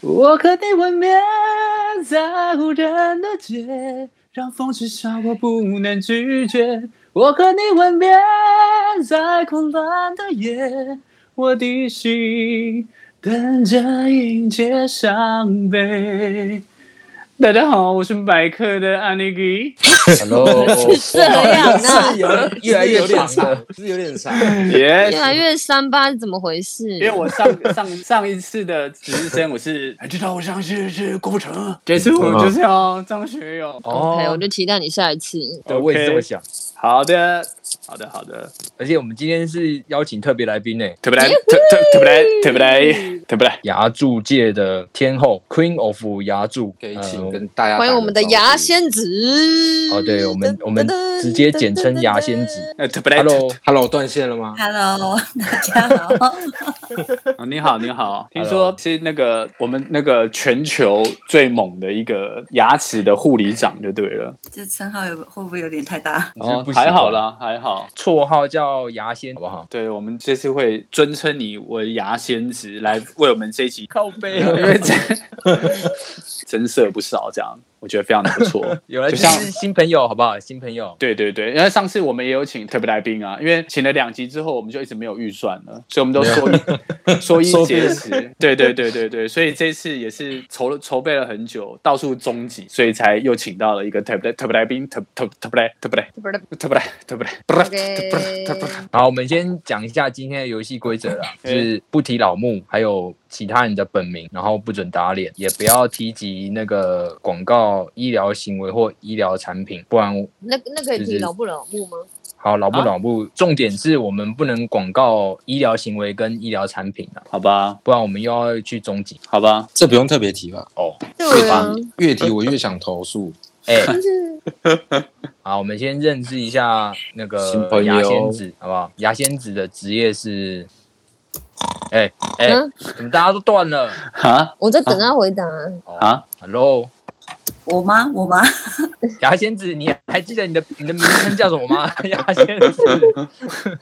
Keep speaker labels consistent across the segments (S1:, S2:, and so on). S1: 我和你吻别在无人的街，让风痴笑我不能拒绝。我和你吻别在狂乱的夜，我的心等着迎接伤悲。大家好，我是百克的安妮吉。
S2: Hello，
S3: 是这样啊
S2: 是有越来越长了，是有点长。
S3: 越
S1: Yes，
S3: 来越三八，怎么回事？
S1: 因为我上 上上一次的值日生，我是知道我上次是郭嗯成，这次我就是要张学友。
S3: OK，我
S2: 哦，
S3: 就期待你下一次。
S2: 对，我也是这么想。
S1: 好的，好的，好的，
S2: 而且我们今天是邀请特别来宾呢，欸
S1: 特别来，特特特别来，特别来，特别来。
S2: 牙柱界的天后 Queen of 牙柱，
S4: 可以
S2: 呃
S4: 请跟大家打个招呼
S3: 欢迎我们的牙。仙子。
S2: 哦对我们
S3: 噔噔噔
S2: 我们直接简称牙仙子。
S1: 呃，特别来。
S2: Hello，
S4: Hello，断线了吗？
S5: Hello，大 家好。
S1: 哦你好，你 好。听
S2: Hello
S1: 说是那个我们那个全球最猛的一个牙齿的护理长就对了。
S5: 这称号有会不会有点太大？
S2: 你是不
S1: 哦
S2: 习，惯
S1: 还好，啦，还好。
S2: 绰号叫牙仙，好不好？
S1: 对，我们这次会尊称你为牙仙子，来为我们这一集
S2: 靠背哦
S1: 因为 增增色不少，这样我觉得非常的不错。
S2: 有来
S1: 就
S2: 就
S1: 像
S2: 是新朋友，好不好？新朋友，
S1: 对对对，因为上次我们也有请特别来宾啊，因为请了两集之后，我们就一直没有预算了，所以我们都说一 说一节食。对对对对对，所以这次也是筹筹备了很久，到处终极，所以才又请到了一个特别特别来宾，特特特别来特别来特别来特别来特别来
S3: OK，
S1: 特别来
S2: 好，我们先讲一下今天的游戏规则 啦，就
S1: 嗯
S2: 是不提老木，还有其他人的本名，然后不准打脸，也不要提及那个广告、医疗行为或医疗产品，不然
S3: 那那可以
S2: 就是
S3: 提老不老木吗？
S2: 好老不
S1: 啊
S2: 老木。重点是我们不能广告医疗行为跟医疗产品啊，
S1: 好吧，
S2: 不然我们又要去终极
S1: 好吧，
S4: 这不用特别提吧？
S2: 哦。
S3: 对啊
S1: 吧，
S4: 越提我越想投诉。
S2: 哎、
S3: 就是
S2: 好，我们先认识一下那
S4: 新朋
S2: 个
S4: 友
S2: 牙仙子，好不好？牙仙子的职业是，哎、哎、
S3: 嗯
S2: 怎么大家都断了？
S1: 哈
S3: 我在等他回答啊。
S1: 啊，
S2: Hello，
S5: 我吗？我吗？
S2: 牙仙子，你还记得你的你的名称叫什 么吗？牙仙子，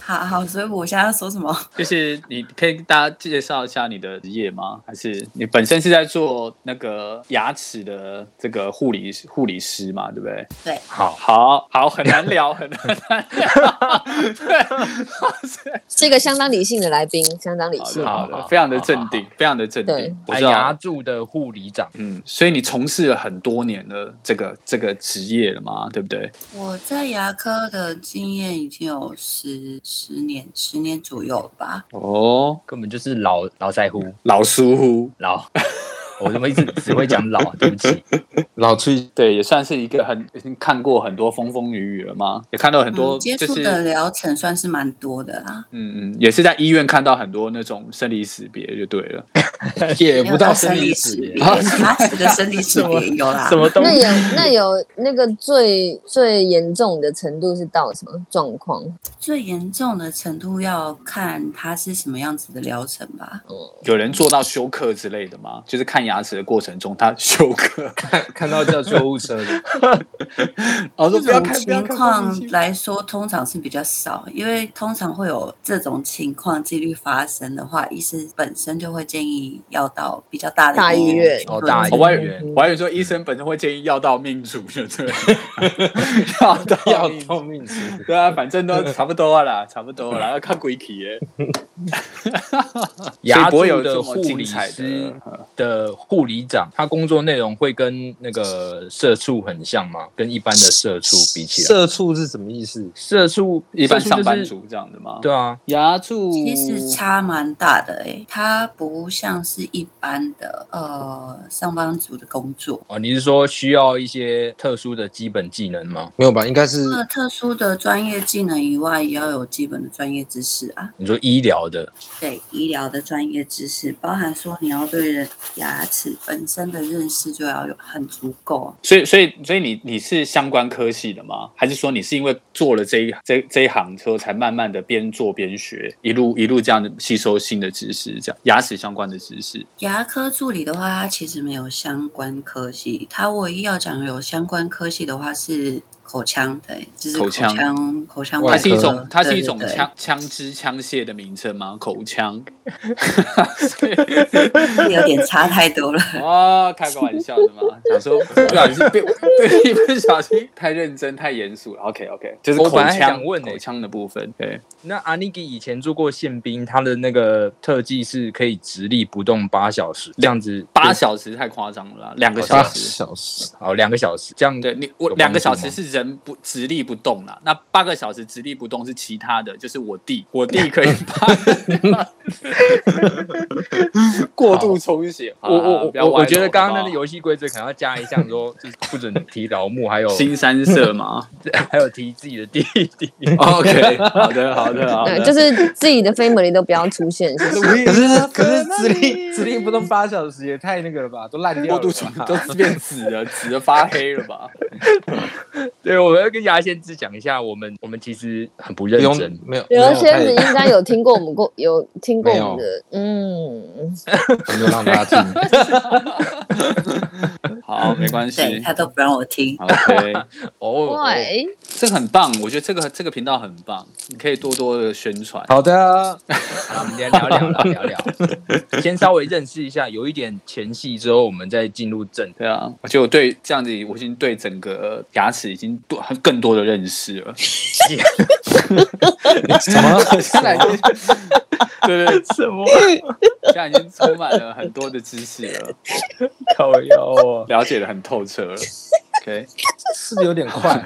S5: 好好，所以我现在要说什么？
S1: 就是你可以跟大家介绍一下你的职业吗？还是你本身是在做那个牙齿的这个护理护理师嘛？对不对？
S2: 好，
S1: 好好，很难聊，很难聊。对，
S3: 是一个相当理性的来宾，相当理
S1: 好
S3: 性
S1: 的，。啊好的，
S2: 好
S1: 非常的镇定，非常的镇
S3: 对
S1: 定。我
S2: 哎
S1: 知
S2: 牙
S1: 道，
S2: 柱的护理长，
S1: 嗯，所以你从事了很多年的这个这个职业了嘛？对不对？
S5: 我在牙科的经验已经有十十年，十年左右吧。
S1: 哦，
S2: 根本就是老老在乎
S1: 老疏忽，
S2: 老， 我怎么一直只会讲老？对 不起，
S4: 老崔，
S1: 对，也算是一个很已经看过很多风风雨雨了嘛，也看到很多
S5: 嗯、接
S1: 就
S5: 触
S1: 是
S5: 的疗程算是蛮多的啊啦，
S1: 嗯，嗯，也是在医院看到很多那种生离死别就对了。
S4: 也
S5: 没
S4: 不
S5: 有到
S4: 到
S5: 生
S4: 生
S5: 离
S4: 离
S5: 死
S4: 死
S5: 别，
S4: 别，
S5: 牙齿的生离死别有
S1: 啊
S5: 啦
S2: 什。么东
S3: 那
S2: 西？
S3: 有那有那个最最严重的程度是到什么状况？
S5: 最严重的程度要看它是什么样子的疗程吧。
S1: 有人做到休克之类的吗？就是看牙齿的过程中他休克，
S4: 看看到叫救护车的，
S1: 哦，说
S5: 这
S1: 不要
S5: 种
S1: 看，不要
S5: 情
S1: 看
S5: 况来说，通常是比较少，因为通常会有这种情况几率发生的话，医师本身就会建议要到比较大的
S3: 大医院
S5: 去
S2: 哦
S5: 做
S2: 大
S5: 这
S2: 医
S1: 我
S5: 个
S1: 还以
S2: 院
S1: 为我还以为说医生本身会建议要到命主的，对， 要到
S4: 要
S1: 命
S4: 到命死。
S1: 对啊，反正都差不多 啦，差不多啦，要看鬼体耶。所以不
S2: 牙柱
S1: 会有
S2: 的
S1: 这
S2: 护
S1: 么
S2: 理
S1: 精彩
S2: 师
S1: 的
S2: 的护理长，他工作内容会跟那个社畜很像吗？跟一般的社畜比起来，
S4: 社畜是什么意思？
S2: 社畜
S1: 一般
S2: 社畜就
S1: 上
S2: 是
S1: 班族这样的吗？
S2: 对啊，
S1: 牙柱
S5: 其实差蛮大的诶、它不像是一般的呃上班族的工作，
S2: 哦，你是说需要一些特殊的基本技能吗？
S4: 没有吧？应该是
S5: 除
S3: 嗯
S5: 了特殊的专业技能以外，也要有基本的专业知识啊。
S2: 你说医疗的，
S5: 对医疗的专业知识，包含说你要对人牙齿本身的认识就要有很足够啊。
S1: 所以，所以，所以你你是相关科系的吗？还是说你是因为做了这一这这一行之后，才慢慢的边做边学，一路一路这样吸收新的知识，这样牙齿相关的知识？
S5: 牙科助理的话，它其实没有相关科系，它唯一要讲有相关科系的话是口腔，对，就是
S1: 口
S5: 口
S1: 腔
S5: 腔口腔
S1: 它
S5: 外科，
S1: 是一种，它是一
S5: 对
S1: 种
S5: 对对
S1: 枪枪支枪械的名称吗？口腔？
S5: 有点差太多了。
S1: 哦，开个玩笑的嘛，想说不小心被对，一不小心太认真太严肃了。OK OK，就是
S2: 我
S1: 口
S2: 本来还
S1: 腔
S2: 想问欸
S1: 口腔的部分，对，
S2: 那阿尼基以前做过宪兵，他的那个特技是可以直立不动八小时，这样子
S1: 八小时太夸张了啦，两个小
S4: 八
S1: 时。
S4: 小时，
S2: 好两个小时，这样
S1: 对你，我
S2: 有帮助
S1: 两个小时
S2: 吗
S1: 是人不直立不动啦，那八个小时直立不动是其他的，就是我弟，我弟可以把过度充血。
S2: 我我
S4: 啊
S2: 我我觉得刚刚那
S1: 个
S2: 个游戏规则可能要加一项说，就是不准提老木，还有
S1: 新三色嘛
S2: 还有提自己的弟弟。
S1: ，OK，好的好的好
S3: 对，
S1: 的，
S3: 就是自己的 family 都不要出现，是不是
S4: 可是可是直立直立不动八小时也太那个了吧，都烂掉
S1: 过
S4: 了吧。
S1: 度充都 变紫了，紫的发黑了吧？
S2: 对，我要跟牙仙子讲一下，我们我们其实很不认
S4: 不用
S2: 真。
S4: 没有，
S3: 刘
S4: 没有
S3: 仙子
S4: 太
S3: 应该有听过我们过，有听过我们
S4: 没
S3: 的，嗯，
S4: 没有让大家 听。
S1: 好，没关
S5: 对
S1: 系
S5: 他都不让我听，
S1: ，OK，
S2: 哦，哦
S3: 喂，
S1: 这个很棒，我觉得这个这个频道很棒，你可以多多的宣传。
S4: 好的，啊
S2: 好，我们今天聊聊啦聊聊，先稍微认识一下，有一点前戏之后，我们再进入 正。
S1: 对啊，我觉得我对这样子，我已经对整个牙齿已经多更多的认识 了。
S4: 什么？
S1: 现在已 经，对对，
S2: 什 么
S1: 现在已经充满了很多的知识了，
S2: 烤腰哦？
S1: 了解的很透彻了。OK，
S4: 是不是有点快？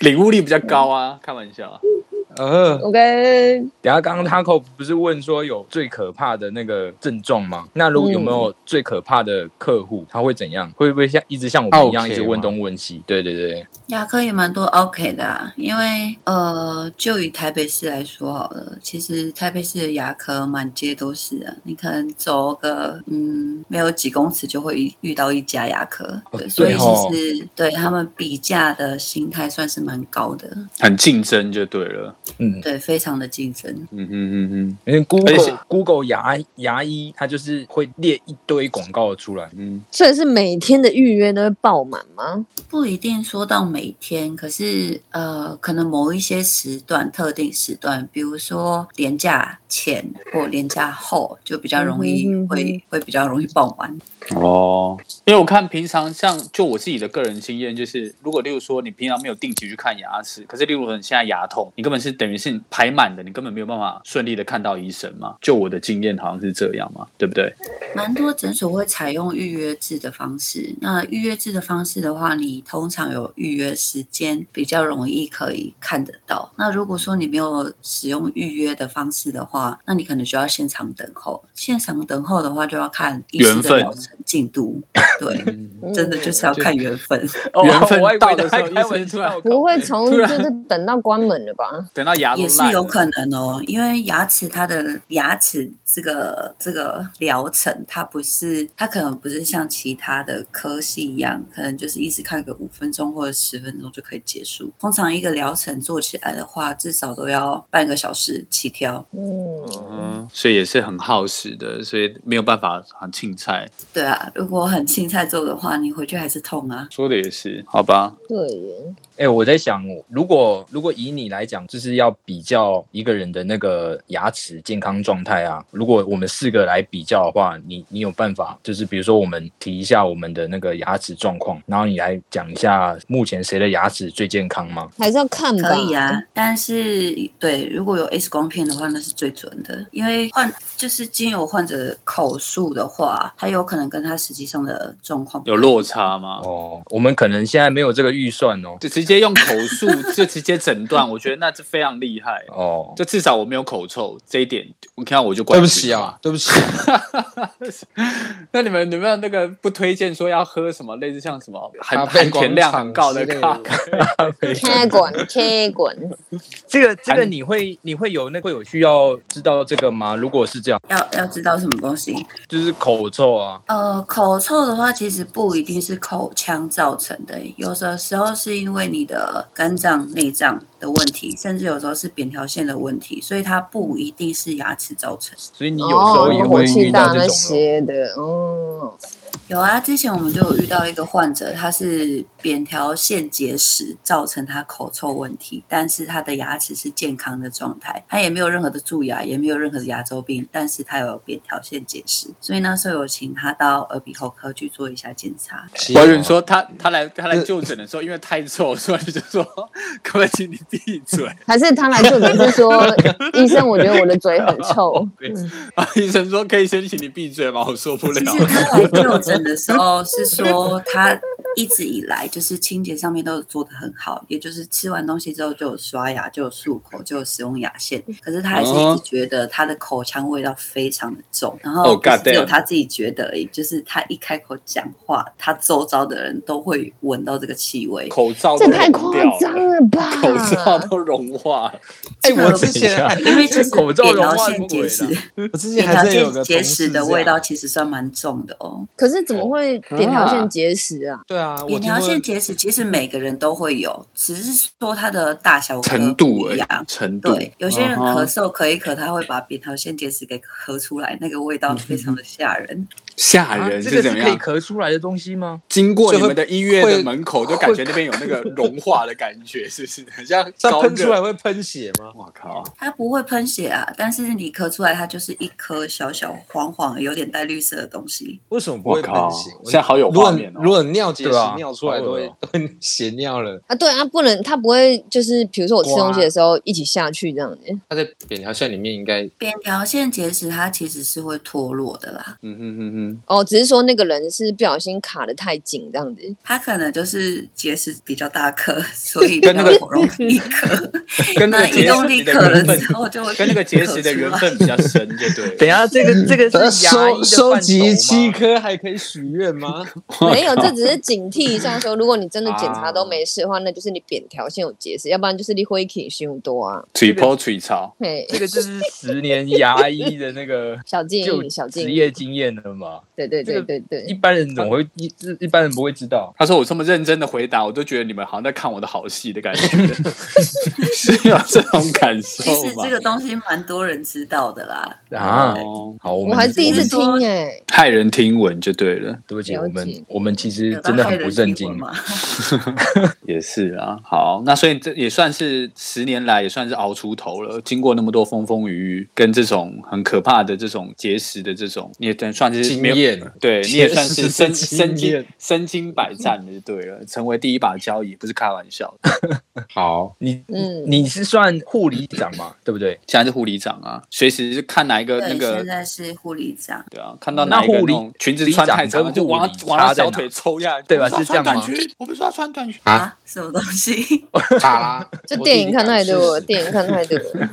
S1: 领悟力比较高啊，开玩笑啊。
S4: 呃，
S3: 我跟
S2: 等一下刚刚 Taco 不是问说有最可怕的那个症状吗？那如果有没有最可怕的客户，他会怎样？会不会像一直像我们一样
S4: OK
S2: 一直问东问西？对对对，
S5: 牙科也蛮多 OK 的啊，因为呃，就以台北市来说好了，其实台北市的牙科满街都是啊，你可能走个嗯，没有几公尺就会遇遇到一家牙科，对，所以
S2: 对哦
S5: 其实对他们比价的心态算是蛮高的，
S1: 很竞争就对了。
S2: 嗯，
S5: 对，非常的竞争，
S1: 嗯嗯嗯嗯
S2: 因为
S1: 而且
S2: Google Google 牙牙医，它就是会列一堆广告出来。
S1: 嗯，
S3: 所以是每天的预约都会爆满吗？
S5: 不一定说到每天，可是呃，可能某一些时段、特定时段，比如说廉价前或廉价后，就比较容易
S3: 嗯哼嗯哼
S5: 会、会比较容易爆满。
S1: 哦，因为我看平常像就我自己的个人经验，就是如果例如说你平常没有定期去看牙齿，可是例如说你现在牙痛，你根本是等于是排满的，你根本没有办法顺利的看到医生嘛。就我的经验好像是这样嘛，对不对？
S5: 蛮多诊所会采用预约制的方式。那预约制的方式的话，你通常有预约时间，比较容易可以看得到。那如果说你没有使用预约的方式的话，那你可能就要现场等候。现场等候的话，就要看医师
S1: 缘
S5: 的
S1: 分
S5: 疗程进度。对，
S3: 嗯
S5: 真的就是要
S1: 就
S5: 看缘分。
S1: 缘分
S2: 哦我还以为
S1: 到的
S2: 他
S1: 时候
S2: 开玩
S1: 医生突
S2: 笑
S1: 然
S3: 不会从
S1: 突
S3: 就
S1: 然
S3: 是等到关门了吧？
S1: 等到牙都
S5: 也是
S1: 烂
S5: 有
S1: 了
S5: 可能哦，因为牙齿它的牙齿这个这个疗程，它不是它可能不是像其他的科系一样，可能就是一直看个五分钟或者十分钟就可以结束。通常一个疗程做起来的话，至少都要半个小时起跳。
S3: 嗯，
S1: 嗯，所以也是很耗时的，所以没有办法很青菜。
S5: 对啊，如果很轻菜做的话，你回去还是痛啊。
S1: 说的也是，好吧。
S3: 对耶，
S2: 哎、我在想，如果如果以你来讲，就是要比较一个人的那个牙齿健康状态啊。如果我们四个来比较的话，你你有办法，就是比如说我们提一下我们的那个牙齿状况，然后你来讲一下目前谁的牙齿最健康吗？
S3: 还是要看吧。
S5: 可以啊，但是对，如果有 X 光片的话，那是最准的，因为患就是经由患者的口述的话，它有可能跟他实际上的状况不
S1: 有落差吗？
S2: 哦，我们可能现在没有这个预算哦。
S1: 就直接用口 述就直接诊断，我觉得那是非常厉害。
S2: 哦，
S1: 就至少我没有口臭这一点，你看我就
S4: 对
S1: 关
S4: 不
S1: 注
S4: 起啊，对不起，
S1: 那你们有没有那个不推荐说要喝什么类似像什么含
S4: 咖啡
S1: 含甜量
S4: 广场
S1: 很高的
S4: 之类
S1: 咖
S4: 的
S1: 啡？
S3: 开馆，开馆，
S2: 这个这个
S1: 谈
S2: 你会你会有那会有需要知道这个吗？如果是这样，
S5: 要要知道什么东西？
S2: 就是口臭啊，
S5: 呃，口臭的话，其实不一定是口腔造成的，有的时候是因为你的肝脏、内脏的问题，甚至有时候是扁条线的问题，所以它不一定是牙齿造成。
S2: 所以你有时候也
S3: 哦、火
S2: 会
S3: 气
S2: 遇到
S3: 大
S2: 这
S3: 那
S2: 种咯。
S3: 些的，哦，
S5: 有啊，之前我们就有遇到一个患者，他是扁桃腺结石造成他口臭问题，但是他的牙齿是健康的状态，他也没有任何的蛀牙，也没有任何的牙周病，但是他有扁桃腺结石，所以那时候有请他到耳鼻喉科去做一下检查。
S4: 啊
S1: 我有人说他他来他来就诊的时候，因为太臭，所以就说 可不可以请你闭嘴？
S3: 还是他来就诊是说，医生，我觉得我的嘴很臭。
S1: 啊，医生说可以先请你闭嘴吗？我受不
S5: 其
S1: 了。
S5: 实他来就诊的时候是说，他一直以来就是清洁上面都做得很好，也就是吃完东西之后就有刷牙，就有漱口，就有使用牙线。可是他还是一直觉得他的口腔味道非常的重，然后
S1: 哦
S5: 不是只有
S1: goddamn
S5: 他自己觉得而已，就是他一开口讲话，他周遭的人都会闻到这个气 味。
S1: 口罩
S3: 这
S1: 都
S3: 太
S1: 融
S3: 夸
S1: 掉了
S3: 张啊了吧！
S1: 口罩都融化了。
S4: 哎，我
S5: 这
S4: 之
S5: 个
S4: 前还
S5: 因为其实
S2: 口罩
S5: 扁
S2: 融
S5: 桃
S2: 化
S5: 腺
S2: 不
S5: 结
S2: 会
S5: 石
S2: 啦，
S4: 我之前
S5: 扁
S4: 还
S5: 桃
S4: 真有
S5: 腺
S4: 个
S5: 结
S4: 同
S5: 石
S4: 事
S5: 的
S4: 这
S5: 味
S4: 样
S5: 道其实算蛮重的哦。
S3: 可是怎么会扁桃腺结石啊？
S4: 对啊，我
S5: 扁
S4: 听
S5: 桃
S4: 过
S5: 腺结石其实每个人都会有，只是说它的大小颗
S1: 程度
S5: 不
S1: 而
S5: 一
S1: 已
S5: 样，。
S1: 程度。
S5: 哎对，有些人
S1: 嗯哼
S5: 咳嗽咳一咳，他会把扁桃腺结石给咳出来，那个味
S1: 嗯
S5: 道非常的吓人。
S1: 吓
S2: 啊
S1: 人
S2: 这个
S1: 是
S2: 是
S1: 怎么
S2: 可以
S1: 样？
S2: 咳出来的东西吗？
S1: 经过
S4: 就
S1: 你
S4: 会
S1: 们的医院的
S4: 会
S1: 门口，就感觉那边有那个融化的感觉，是不是？很像
S4: 这
S1: 高
S4: 样喷
S1: 热
S4: 出来。会喷血吗？
S1: 我靠！
S5: 它不会喷血啊，但是你咳出来，它就是一颗小小黄黄、有点带绿色的东西。
S4: 为什么不
S1: 我
S4: 会喷
S1: 靠！
S4: 血？
S1: 现在好有
S4: 如
S1: 画
S4: 果
S1: 面哦。
S4: 如果尿结石
S2: 对啊
S4: 尿出来都
S2: 好恶
S4: 会
S2: 哦
S4: 都会血尿了，
S3: 啊，对啊，不能，它不会就是比如说我吃东西的时候一起下去这样子。
S4: 它在扁桃腺里面应该
S5: 扁桃腺结石它其实是会脱落的啦，
S1: 嗯哼哼哼，
S3: 哦，只是说那个人是不小心卡的太紧这样子。
S5: 它可能就是结石比较大颗，所以比
S1: 跟那
S5: 较
S1: 个
S5: 容 易咳。
S1: 跟那
S5: 那
S1: 个结
S5: 移动
S1: 石
S5: 力咳
S1: 的
S5: 了
S1: 缘分，
S5: 之后就会
S1: 跟那个结石的缘分比较深，就对了。
S2: 等一下，这个
S3: 嗯
S2: 这个是牙医
S4: 收
S2: 的
S4: 嗯收
S2: 范畴
S4: 集
S2: 吗
S4: 七颗还可以许愿吗？
S3: 没有，这只是警惕一下说，如果你真的
S2: 啊
S3: 检查都没事的话，那就是你扁桃腺有结石，要不然就是你会起胸多啊。
S1: 嘴破嘴槽，
S3: 嘿，
S2: 这个就是十年牙医的那 个
S3: 小建
S2: 就
S3: 议，小建
S2: 职
S3: 议，
S2: 业经验了嘛。
S3: 对对
S2: 这
S3: 对
S2: 个
S3: 对
S2: 一
S3: 对。
S2: 般人怎么会一一般人不会知道？
S1: 他说我这么认真的回答，我都觉得你们好像在看我的好戏的感 觉，是有这种感受
S5: 其实
S1: 吗
S5: 这？个东西蛮多人知道的啦，
S2: 啊
S1: 哦，
S2: 好，我
S3: 我
S2: 们
S3: 还是第一
S2: 我
S3: 次
S2: 们
S3: 听
S5: 我们
S3: 哎、
S1: 骇人听闻就对了，
S2: 对不起，
S3: 了
S2: 我
S3: 解
S2: 们我们其
S5: 有
S2: 实
S5: 到
S2: 真的
S5: 害
S2: 很
S5: 人
S2: 不正
S5: 听
S2: 经啊
S5: 闻。嘛。
S1: 也是啊。好，那所以这也算是十年来也算是熬出头了，经过那么多风风雨雨，跟这种很可怕的这种结石的这种，你也等算是
S4: 经
S1: 没有
S4: 验
S1: 对你也算是身
S4: 确实是
S1: 身
S4: 经
S1: 经
S4: 验
S1: 身经百战的就对了，成为第一把交椅不是开玩笑的。
S4: 好，
S2: 你
S3: 嗯
S2: 你是算护理长嘛？对不对？
S1: 现在是护理长啊，随时是看哪一个那
S5: 对，
S1: 个
S5: 现在是护理长，
S1: 对啊，看到哪一个
S2: 那护理
S1: 那种裙子穿太长了，就往他
S2: 理长跟护理
S1: 往他
S2: 差在
S1: 小
S2: 哪
S1: 腿抽下来，
S2: 对吧
S1: 我不
S2: 是这样吗
S1: 说穿短裙，我不是说他穿短裙，
S4: 啊
S5: 啊，什么东西？
S4: 卡啦，
S3: 就电影看太多了，
S4: 我弟弟
S3: 电影看太 多了。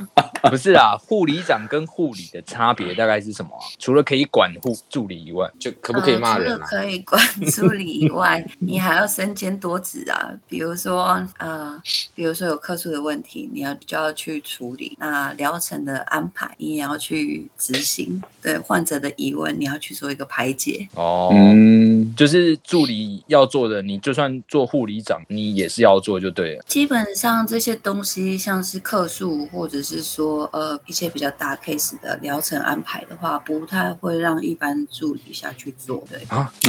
S2: 不是啊，护理长跟护理的差别大概是什么啊、除了可以管护助哦理以外，
S4: 就可不可以
S5: 呃
S4: 骂
S5: 除
S4: 人
S5: 了
S4: 啊？
S5: 可以管助理以外， 你还要身兼多职啊。比如说，呃，比如说有客诉的问题，你要就要去处理；那疗程的安排，你也要去执行。对患者的疑问，你要去做一个排解。
S2: 哦
S1: 嗯，
S2: 就是助理要做的，你就算做护理长，你也是要做就对了。
S5: 基本上这些东西，像是客诉或者是说呃一些比较大 case 的疗程安排的话，不太会让一般助理下去做。对，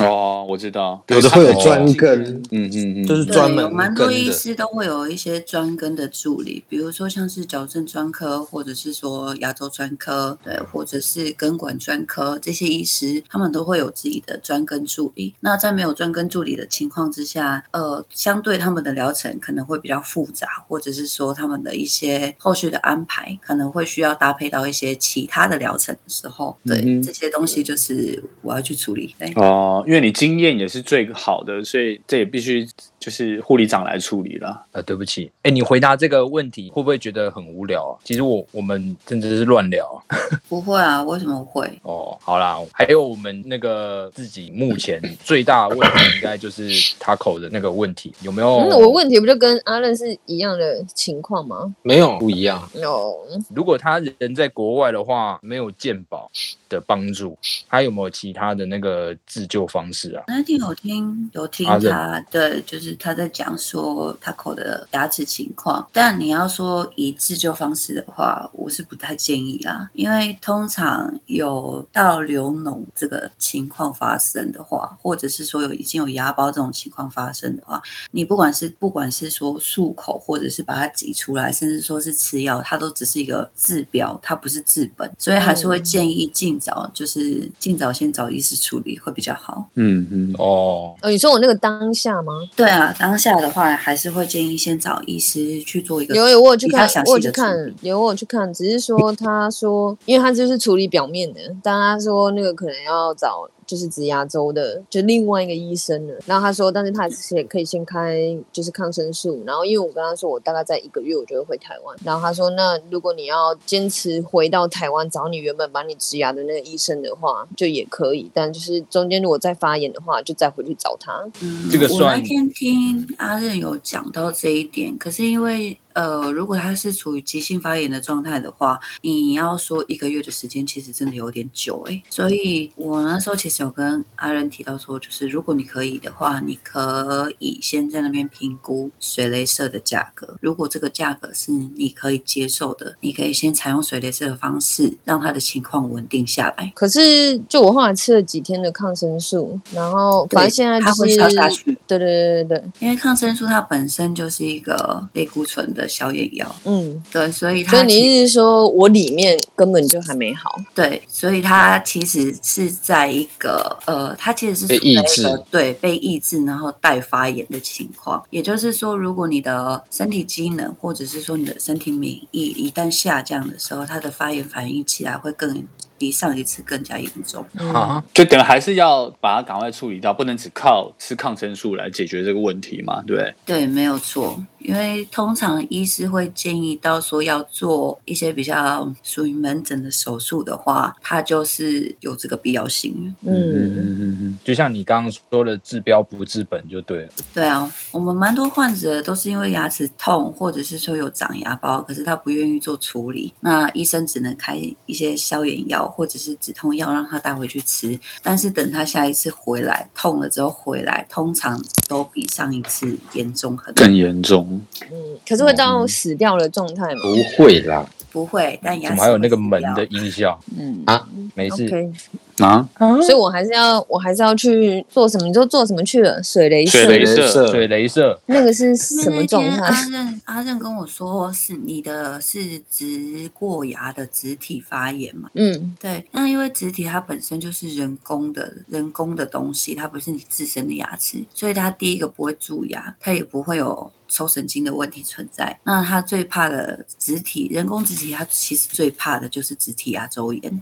S1: 哦，我知道，
S6: 有的会
S2: 啊
S6: 有专
S4: 哦
S6: 更，
S1: 嗯嗯嗯，
S4: 就是
S5: 对，
S4: 专门
S5: 有蛮多
S4: 跟
S5: 医
S4: 的
S5: 师都会有一些专跟的助理，比如说像是矫正专科，或者是说牙周专科，对，或者是根管专科，这些医师他们都会有自己的专跟助理。那在没有专跟助理的情况之下，呃，相对他们的疗程可能会比较复杂，或者是说他们的一些后续的安排可能会需要搭配到一些其他的疗程的时候，对，
S1: 嗯哼
S5: 这些东西就是我要去处理。对，
S1: 哦，因为你经验也是最好的，所以这也必须就是护理长来处理了。
S2: 呃，对不起，哎，你回答这个问题会不会觉得很无聊啊？其实我我们真的是乱聊啊。
S5: 不会啊，为什么会？
S2: 哦，好啦，还有我们那个自己目前最大的问题，应该就是 Taco 的那个问题，有没有？
S3: 嗯，我问题不就跟阿任是一样的情况吗？
S4: 没有不一样，
S3: 哦，
S2: 如果他人在国外的话，没有健保的帮助，他有没有其他的那个自救方式啊？
S5: 那天有听有听
S2: 阿任
S5: 他，对，就是就是他在讲说 Taco 的牙齿情况，但你要说以治救方式的话，我是不太建议啦，因为通常有到流脓这个情况发生的话，或者是说有已经有牙包这种情况发生的话，你不管是不管是说漱口，或者是把它挤出来，甚至说是吃药，它都只是一个治标，它不是治本，所以还是会建议尽早就是尽早先找医师处理会比较好。
S1: 嗯嗯，
S2: 哦，
S3: 哦，你说我那个当下吗？
S5: 对啊，当下的话还是会建议先找医师去做一个
S3: 有有，我有去
S5: 比
S3: 看
S5: 较，详
S3: 我有
S5: 细
S3: 去
S5: 的处
S3: 看
S5: 理。，嗯
S3: 有我有去看，只是说他说，因为他就是处理表面的，但他说那个可能要找就是植牙周的，就另外一个医生了。然后他说，但是他还是先可以先开就是抗生素。然后因为我跟他说，我大概在一个月我就会回台湾。然后他说，那如果你要坚持回到台湾找你原本把你植牙的那个医生的话，就也可以，但就是中间如果再发炎的话，就再回去找他。
S5: 嗯
S2: 这个
S5: 我
S2: 算
S5: 那天听阿任有讲到这一点，可是因为呃，如果他是处于急性发炎的状态的话，你要说一个月的时间，其实真的有点久哎、所以我那时候其实有跟阿任提到说，就是如果你可以的话，你可以先在那边评估水雷射的价格。如果这个价格是你可以接受的，你可以先采用水雷射的方式，让他的情况稳定下来。
S3: 可是，就我后来吃了几天的抗生素，然后
S5: 对
S3: 反正现在就
S5: 它会
S3: 是
S5: 消下去，
S3: 对对对对对，
S5: 因为抗生素它本身就是一个类固醇的消炎药，
S3: 嗯。
S5: 对，所以它
S3: 所以你
S5: 其
S3: 意思是说我里面根本就还没好？
S5: 对，所以它其实是在一个呃，它其实是
S2: 被
S5: 处在一
S2: 抑
S5: 个
S2: 制
S5: 对被抑制，然后带发炎的情况。也就是说，如果你的身体机能或者是说你的身体免疫一旦下降的时候，它的发炎反应起来会更比上一次更加严重。
S3: 嗯
S2: 啊，
S7: 就等于还是要把它赶快处理掉，不能只靠吃抗生素来解决这个问题嘛，对不对？
S5: 对，没有错，因为通常医师会建议到说要做一些比较属于门诊的手术的话，它就是有这个必要性。
S3: 嗯，
S1: 嗯嗯，
S2: 就像你刚刚说的，治标不治本就对了。
S5: 对啊，我们蛮多患者都是因为牙齿痛，或者是说有长牙包，可是他不愿意做处理，那医生只能开一些消炎药或者是止痛药让他带回去吃。但是等他下一次回来痛了之后回来，通常都比上一次严重很多。
S1: 更严重，
S3: 嗯，可是会到死掉的状态吗？
S2: 嗯
S4: 不会啦，
S5: 不会，但牙
S2: 怎
S5: 齿
S2: 么还有那个
S5: 会死
S2: 门
S5: 掉
S2: 的音效？
S3: 嗯
S4: 啊
S2: 没事
S3: ，OK。
S1: 啊，
S5: 嗯
S3: 所以我还是要，我还是要去做什么？你说做什么去了？水雷射
S7: 水雷射
S2: 水雷射
S3: 那个是什么状
S5: 因为那
S3: 态？
S5: 天阿任阿任跟我说，是你的是植过牙的植体发炎嘛？
S3: 嗯
S5: 对，那因为植体它本身就是人工的人工的东西，它不是你自身的牙齿，所以它第一个不会蛀牙，它也不会有抽神经的问题存在。那它最怕的植体人工植体，它其实最怕的就是植体牙周炎。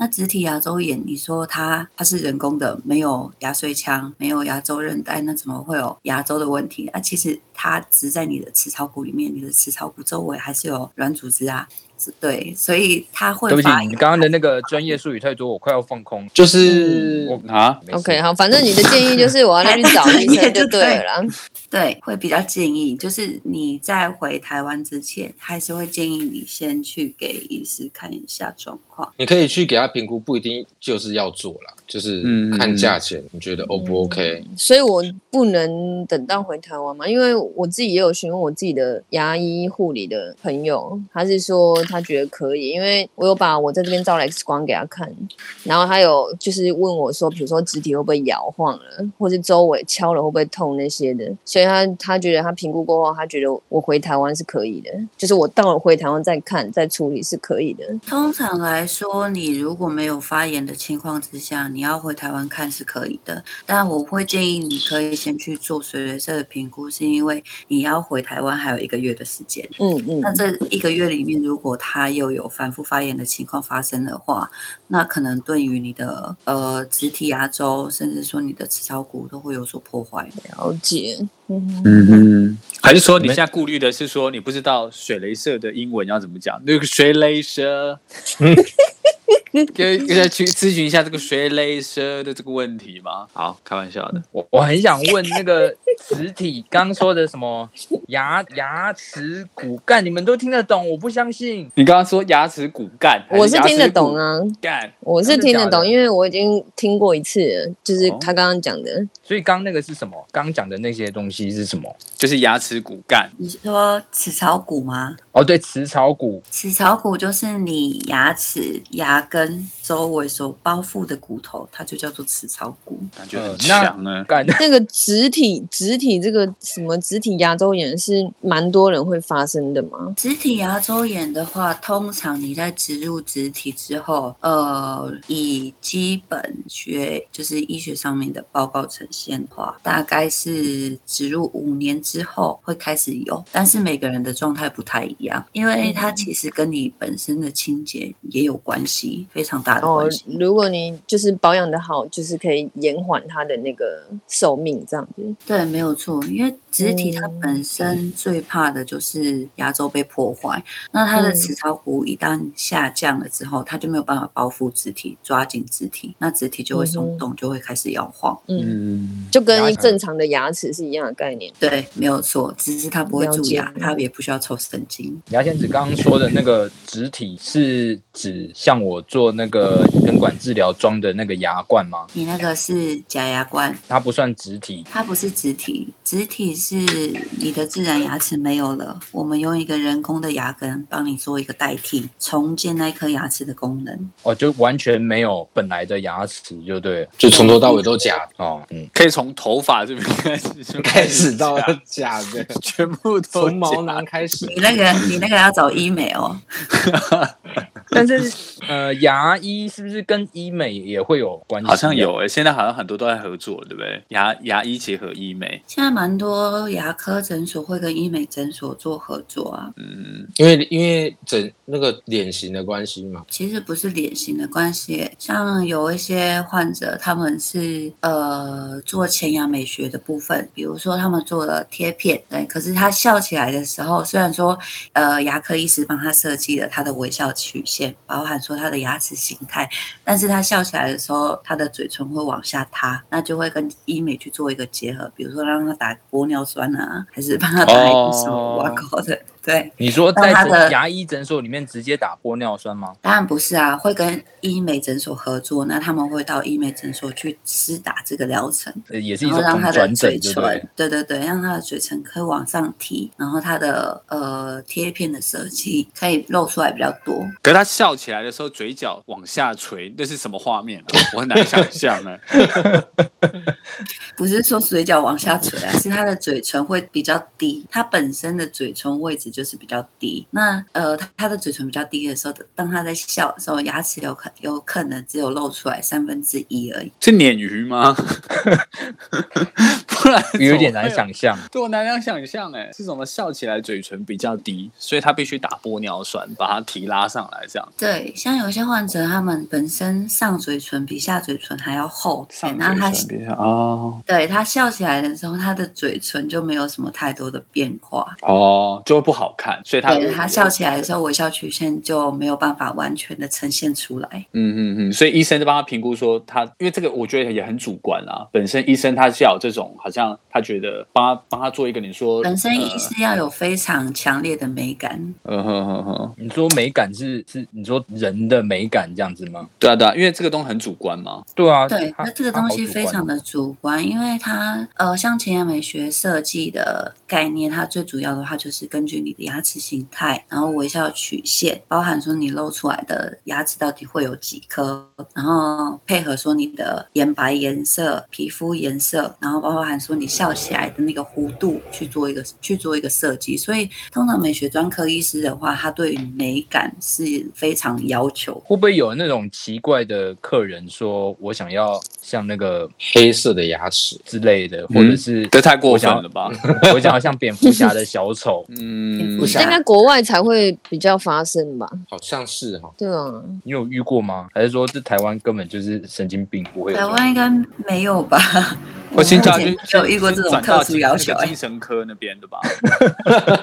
S5: 那植体牙周炎，你说它它是人工的，没有牙髓腔，没有牙周韧带，那怎么会有牙周的问题？啊，其实它植在你的齿槽骨里面，你的齿槽骨周围还是有软组织啊，是对，所以它会
S2: 对不起
S5: 发，
S2: 你
S5: 炎。
S2: 刚刚的那个专业术语太多，我快要放空。
S1: 就是
S2: 嗯
S1: 啊，
S2: 没事
S3: ，OK，好，反正你的建议就是我要再去找医 生就对了啦。
S5: 对，会比较建议，就是你在回台湾之前，还是会建议你先去给医师看一下状况。
S4: 你可以去给他评估，不一定就是要做啦，就是
S1: 嗯
S4: 看价钱，你觉得 O 哦不 OK？
S3: 嗯所以我不能等到回台湾嘛，因为我自己也有询问我自己的牙医护理的朋友，他是说他觉得可以，因为我有把我在这边照了 X 光给他看，然后他有就是问我说，比如说肢体会不会摇晃了，或是周围敲了会不会痛那些的，所以他他觉得他评估过后，他觉得我回台湾是可以的，就是我到了回台湾再看再处理是可以的。
S5: 通常来说，你如果没有发炎的情况之下，你要回台湾看是可以的，但我会建议你可以先去做水雷射的评估，是因为你要回台湾还有一个月的时间。
S3: 嗯嗯
S5: 那这一个月里面，如果它又有反复发炎的情况发生的话，那可能对于你的呃植体牙周，甚至说你的齿槽骨都会有所破坏。
S3: 了解，嗯
S1: 嗯嗯，
S7: 还是说你现在顾虑的是说
S3: 嗯
S7: 你不知道水雷射的英文要怎么讲？那个水雷射
S1: 给给他去咨询一下这个学雷蛇的这个问题吧。好，开玩笑的。
S2: 我我很想问那个实体刚说的什么牙牙齿骨干，你们都听得懂？我不相信。
S1: 你刚刚说牙齿骨干，还
S3: 我是听得懂
S1: 牙齿
S3: 啊，
S1: 骨干，
S3: 我是听得
S2: 真的假
S3: 懂，
S2: 的
S3: 因为我已经听过一次了，就是
S1: 哦
S3: 他刚刚讲的，
S2: 所以刚那个是什么？刚讲的那些东西是什么？
S1: 就是牙齿骨干。
S5: 你说齿槽骨吗？
S2: 哦，对，齿槽骨。
S5: 齿槽骨就是你牙齿、牙根周围所包覆的骨头，它就叫做齿槽骨。
S1: 感觉很
S2: 呃
S1: 强啊呢。
S2: 干，
S3: 那个植体植体这个什么植体牙周炎是蛮多人会发生的嘛？
S5: 植体牙周炎的话，通常你在植入植体之后，呃，以基本学就是医学上面的报告呈现的话，大概是植入五年之后会开始有，但是每个人的状态不太一样，因为它其实跟你本身的清洁也有关系，非常大的
S3: 哦
S5: 关系。，
S3: 如果你就是保养的好，就是可以延缓它的那个寿命这样子。
S5: 对，没有错，因为植体它
S3: 嗯
S5: 本身最怕的就是牙周被破坏，那它的
S3: 嗯
S5: 齿槽骨一旦下降了之后，它就没有办法包覆植体，抓紧植体，那植体就会
S3: 嗯哼
S5: 松动，就会开始摇晃。
S3: 嗯，
S1: 嗯，
S3: 就跟
S2: 牙齿
S3: 正常的牙齿是一样的概念。
S5: 对，没有错，只是它不会
S3: 了
S5: 蛀
S3: 解
S5: 牙，它也不需要抽神经。
S2: 牙仙子刚刚说的那个植体是指像我做那个根管治疗装的那个牙冠吗？
S5: 你那个是假牙冠，
S2: 它不算植体。
S5: 它不是植体，植体是你的自然牙齿没有了，我们用一个人工的牙根帮你做一个代替，重建那颗牙齿的功能。
S2: 哦，就完全没有本来的牙齿，就对了
S4: 就从头到尾都假的，
S2: 哦，嗯，
S1: 可以从头发这边开始就
S4: 开始到
S1: 讲
S4: 假的，
S1: 全部都
S7: 从毛
S1: 讲
S7: 囊开始，
S5: 你那个，你那个要找医美哦。
S2: 但是呃，牙医是不是跟医美也会有关系？
S1: 好像，有诶、欸现在好像很多都在合作，对不对？牙牙医结合医美，
S5: 现在蛮多牙科诊所会跟医美诊所做合作啊，
S1: 嗯，
S4: 因为因为整那个脸型的关系嘛，
S5: 其实不是脸型的关系，像有一些患者他们是呃做前牙美学的部分，比如说他们做了贴片，对，可是他笑起来的时候，虽然说呃牙科医师帮他设计了他的微笑曲线，包含说他的牙齿形态，但是他笑起来的时候，他的嘴唇会往下塌，那就会跟医美去做一个结合，比如说让他打玻尿酸啊，还是帮他打一个什么挖沟的，对。
S2: 你说
S5: 但它
S2: 在
S5: 的
S2: 诊牙医诊所里面直接打玻尿酸吗？
S5: 当然不是啊，会跟医美诊所合作，那他们会到医美诊所去施打这个疗程，
S2: 呃也是一
S5: 然后
S2: 种
S5: 让他的
S2: 转
S5: 嘴
S2: 诊，对不对
S5: 唇？，对对对，让他的嘴唇可以往上提，然后他的呃贴片的设计可以露出来比较多。
S1: 可是他笑起来的时候，嘴角往下垂，那是什么画面啊？ 我很难想象啊呢、
S5: 不是说嘴角往下垂 啊，是他的嘴唇会比较低，他本身的嘴唇位置就是比较低。那呃，他他的嘴唇比较低的时候，当他在笑的时候，牙齿有可有可能只有露出来三分之一而已。
S1: 是鲶鱼吗？ 不然
S2: 有点难
S1: 怎么会有，
S2: 想象。
S1: 对啊我难以想象哎、是怎么笑起来嘴唇比较低，所以他必须打玻尿酸把它提拉上来，这样
S5: 对，像有些患者，他们本身上嘴唇比下嘴唇还要厚，
S1: 上
S5: 哎那他
S1: 嘴唇比较哦
S5: 对他笑起来的时候，他的嘴唇就没有什么太多的变化。
S1: 哦，就会不好看，所以他
S5: 对他笑起来的时候，微笑曲线就没有办法完全的呈现出来。
S1: 嗯嗯嗯，所以医生就帮他评估说他，因为这个我觉得也很主观啊。本身医生他是要有这种，好像他觉得帮他帮他做一个，你说
S5: 本身
S1: 医
S5: 医师要有非常强烈的美感，
S1: 嗯哼哼哼，
S2: 你说美感是是你说人的美感这样子吗？
S1: 对啊对啊，因为这个东西很主观嘛。
S2: 对啊，
S5: 对，
S2: 它
S5: 那这个
S2: 它
S5: 东
S2: 好
S5: 西
S2: 主
S5: 非
S2: 观哦
S5: 常的主观，因为它呃，像前牙美学设计的概念，它最主要的话就是根据你的牙齿形态，然后微笑曲线，包含说你露出来的牙齿到底会有几颗，然后配合说你的眼白颜色、皮肤颜色，然后包含说你笑起来的那个弧度去做一个去做一个设计。所以，通常美学专科医师的话，他对于美感是非常要求。
S2: 会不会有那种奇怪的客人说，我想要像那个
S4: 黑色的牙齿，
S2: 之类的，或
S1: 嗯
S2: 者是
S1: 这太过分了吧？，
S2: 我想要像蝙蝠侠的小丑
S1: 嗯
S5: 不，是
S3: 这应
S5: 啊
S3: 该国外才会比较发生吧？
S4: 好像是哈、
S3: 对啊，
S2: 你有遇过吗？还是说这台湾根本就是神经病不会有
S5: 台
S2: 这种？
S5: 湾应该没有吧？
S1: 我新加就
S5: 目前没有遇过这种
S1: 转
S5: 特
S1: 到
S5: 殊要求、
S1: 那个
S5: 哎
S1: 精神科那边的吧？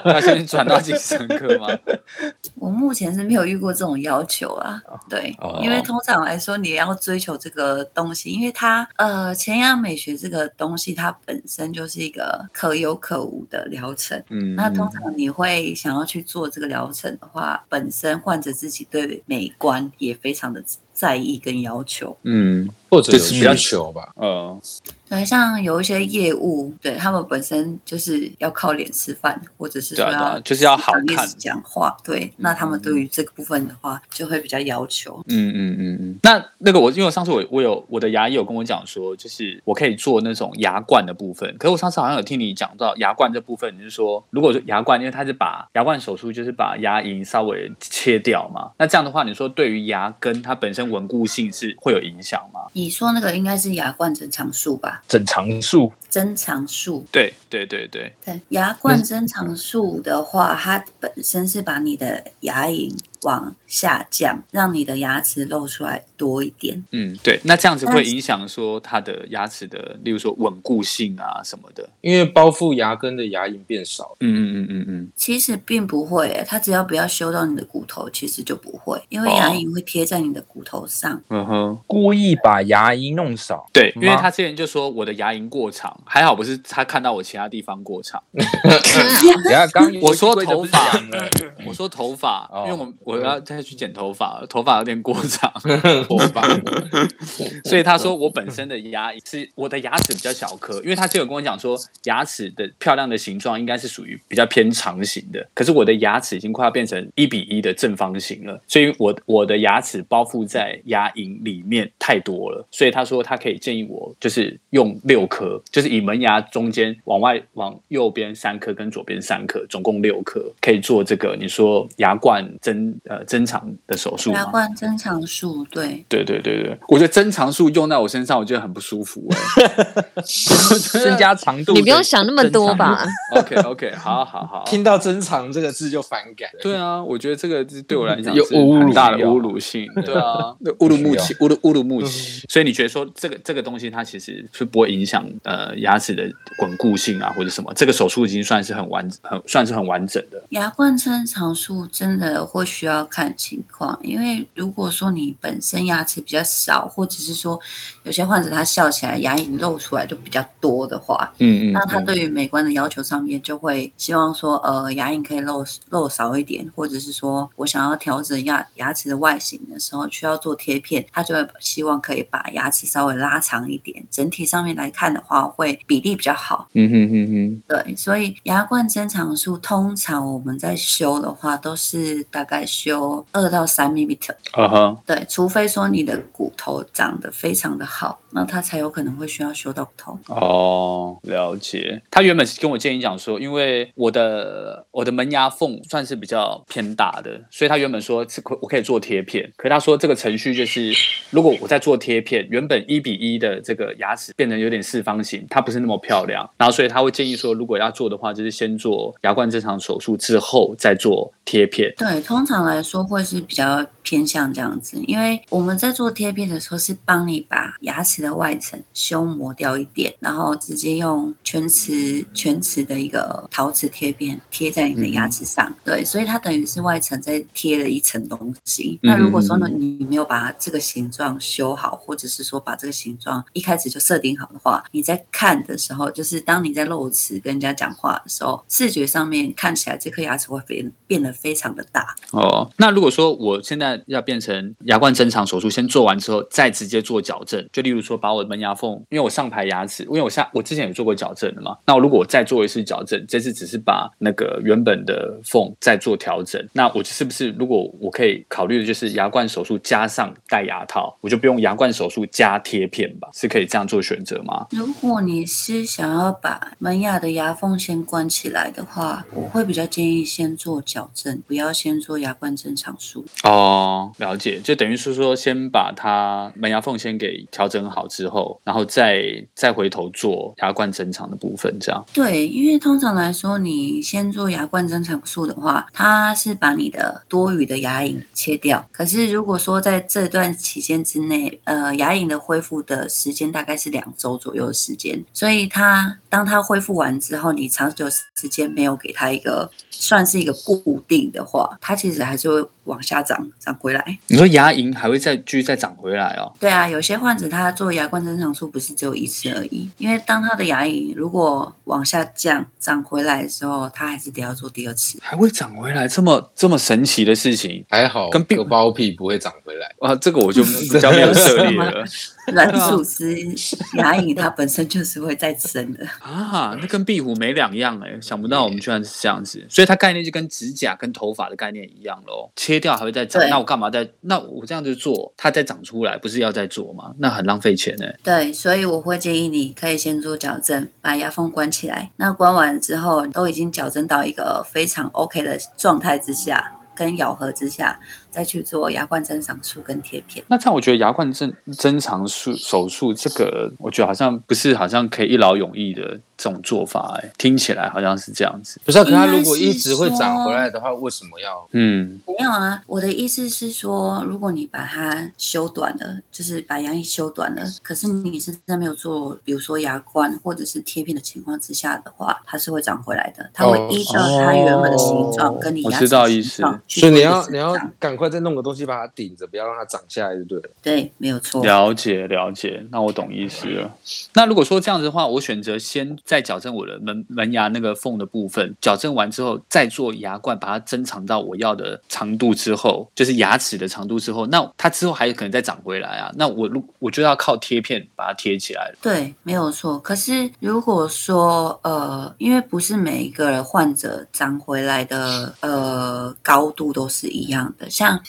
S1: 他先转到精神科 吗？
S5: 我目前是没有遇过这种要求啊，对，
S1: 哦
S5: 因为通常来说你要追求这个东西，因为它呃前仰美学这个东西它本身就是一个可有可无的疗程。
S1: 嗯，
S5: 那通常你会想要去做这个疗程的话，本身患者自己对美观也非常的在意跟要求。
S1: 嗯
S4: 或者
S1: 就
S4: 有
S1: 是比较
S4: 需求吧。
S1: 呃，
S5: 对，像有一些业务，对他们本身就是要靠脸吃饭，或者是
S1: 对啊
S5: 说
S1: 对
S5: 要
S1: 啊，就是要好
S5: 场面
S1: 看。
S5: 讲话，对，那他们对于这个部分的话就会比较要求。
S1: 嗯嗯嗯嗯，那那个我因为我上次我我有我的牙医有跟我讲说，就是我可以做那种牙冠的部分，可是我上次好像有听你讲到牙冠这部分，你是说如果说牙冠，因为它是把牙冠手术就是把牙龈稍微切掉嘛，那这样的话，你说对于牙根它本身稳固性是会有影响吗？
S5: 你说那个应该是牙冠增长术吧？
S2: 整常数
S5: 增长术，
S1: 对对对对，
S5: 对，牙
S1: 嗯
S5: 冠增长术的话，它本身是把你的牙龈往下降，让你的牙齿露出来多一点。
S1: 嗯对，那这样子会
S5: 但是
S1: 影响说它的牙齿的，例如说稳固性啊什么的。
S4: 因为包覆牙根的牙龈变少，
S1: 嗯嗯嗯嗯嗯，
S5: 其实并不会、它只要不要修到你的骨头，其实就不会，因为
S1: 哦
S5: 牙龈会贴在你的骨头上。
S1: 嗯哼。嗯
S2: 故意把牙龈弄 少，
S1: 对，因
S2: 吗
S1: 为他之前就说我的牙龈过长，还好不是他看到我其他地方过长。
S2: 等一下刚刚
S1: 我说
S2: 游戏规则
S1: 头发我
S2: 不是讲了
S1: 说头发，
S2: 哦
S1: 因为我我要再去剪头发，头发有点过 长，
S4: 头发
S1: 所以他说我本身的牙是我的牙齿比较小颗，因为他之前有跟我讲说牙齿的漂亮的形状应该是属于比较偏长型的，可是我的牙齿已经快要变成一比一的正方形了，所以我我的牙齿包覆在牙龈里面太多了，所以他说他可以建议我就是用六颗，就是以门牙中间往外往右边三颗跟左边三颗，总共六颗，可以做这个你说牙冠增呃增长的手术吗？
S5: 牙冠增长术，对，
S1: 对对对对，我觉得增长术用在我身上，我觉得很不舒服、欸
S2: 增加长度，
S3: 你不用想那么多吧？
S1: OK OK，好好好。
S4: 听到“增长”这个字就反感。
S1: 对啊，我觉得这个对我来讲
S4: 有
S1: 是
S4: 侮辱
S1: 很大的
S4: 性啊
S1: 侮辱性。对 啊，那乌鲁木齐，乌鲁乌鲁木齐。所以你觉得说这个这个东西，它其实是不会影响呃牙齿的稳固性啊，或者什么？这个手术已经算是很完很算是很完整的。
S5: 牙冠增长术真的会需要看情况，因为如果说你本身牙齿比较少，或者是说有些患者他笑起来牙龈露出来就比较多的话，
S1: 嗯嗯
S5: 那他对于美观的要求上面就会希望说，呃，牙龈可以露露少一点，或者是说我想要调整牙牙齿的外形的时候需要做贴片，他就会希望可以把牙齿稍微拉长一点，整体上面来看的话会比例比较好。
S1: 嗯哼哼哼，
S5: 对，所以牙冠增长术通常我们在修的话，都是大概修二到三 m m
S1: 啊哈，
S5: 对，除非说你的骨头长得非常的好，那它才有可能会需要修到骨头。
S1: 哦，了解。他原本是跟我建议讲说，因为我的我的门牙缝算是比较偏大的，所以他原本说是可我可以做贴片，可他说这个程序就是，如果我在做贴片，原本一比一的这个牙齿变成有点四方形，它不是那么漂亮，然后所以他会建议说，如果要做的话，就是先做牙冠正常手术之后再做贴片。
S5: 对，通常来说会是比较偏向这样子，因为我们在做贴片的时候是帮你把牙齿的外层修磨掉一点，然后直接用全瓷全瓷的一个陶瓷贴片贴在你的牙齿上。对，所以它等于是外层再贴了一层东西。那如果说呢，你没有把这个形状修好，或者是说把这个形状一开始就设定好的话，你在看的时候，就是当你在露齿跟人家讲话的时候，视觉上面看起来这颗牙齿会变变得非常的大。
S1: 哦，那如果说我现在要变成牙冠增长手术，先做完之后再直接做矫正，就例如说把我的门牙缝，因为我上排牙齿，因为我下我之前有做过矫正的嘛，那我如果我再做一次矫正，这次只是把那个原本的缝再做调整，那我是不是如果我可以考虑的就是牙冠手术加上戴牙套，我就不用牙冠手术加贴片吧？是可以这样做选择吗？
S5: 如果你是想要把门牙的牙缝先关起来的话，我会比较建议先做矫矫正，不要先做牙冠正常术。
S1: 哦，了解，就等于是说，先把它门牙缝先给调整好之后，然后再再回头做牙冠整场的部分，这样。
S5: 对，因为通常来说，你先做牙冠增长术的话，它是把你的多余的牙龈切掉。可是如果说在这段期间之内，呃，牙龈的恢复的时间大概是两周左右的时间，所以它当它恢复完之后，你长久时间没有给它一个算是一个固定的话，它其实还是会往下长长回来。
S1: 你说牙龈还会再继续再长回来哦？
S5: 对啊，有些患者他做牙冠增长术不是只有一次而已，因为当他的牙龈如果往下降长回来的时候，他还是得要做第二次。
S1: 还会长回来，这么这么神奇的事情
S4: 还好
S1: 跟病
S4: 割包皮不会长回来。
S1: 哇！这个我就比较没有涉猎了
S5: 软组织牙龈它本身就是会再生的，
S1: 啊，那跟壁虎没两样哎、想不到我们居然是这样子，所以它概念就跟指甲跟头发的概念一样喽，切掉还会再长，
S5: 对
S1: 那我干嘛再那我这样子做，它再长出来，不是要再做吗？那很浪费钱哎、
S5: 对，所以我会建议你可以先做矫正，把牙缝关起来。那关完之后，都已经矫正到一个非常 OK 的状态之下，跟咬合之下，再去做牙冠增长术跟贴片。
S1: 那这样，我觉得牙冠增增长术手术这个，我觉得好像不是好像可以一劳永逸的这种做法、哎，听起来好像是这样子。
S4: 不是啊，可它如果一直会长回来的话，为什么要？
S1: 嗯，
S5: 没有啊，我的意思是说，如果你把它修短了，就是把牙龈修短了，可是你是在没有做，比如说牙冠或者是贴片的情况之下的话，它是会长回来的，它会依照它原本的形状跟你
S1: 哦我
S5: 牙
S1: 知
S5: 齿
S1: 道
S5: 的
S1: 意
S5: 形
S1: 思
S5: 状去
S4: 所
S5: 做
S4: 以你
S5: 一个
S4: 要
S5: 生
S4: 你要
S5: 长
S4: 赶快再弄个东西把它顶着，不要让它长下来就对了。
S5: 对，没有错。
S1: 了解了解，那我懂意思了。那如果说这样子的话，我选择先再矫正我的门门牙那个缝的部分，矫正完之后再做牙冠，把它增长到我要的长度之后，就是牙齿的长度之后，那它之后还有可能再长回来啊。那我如我就要靠贴片把它贴起来了。
S5: 对，没有错。可是如果说呃，因为不是每一个患者长回来的呃高度都是一样的，像。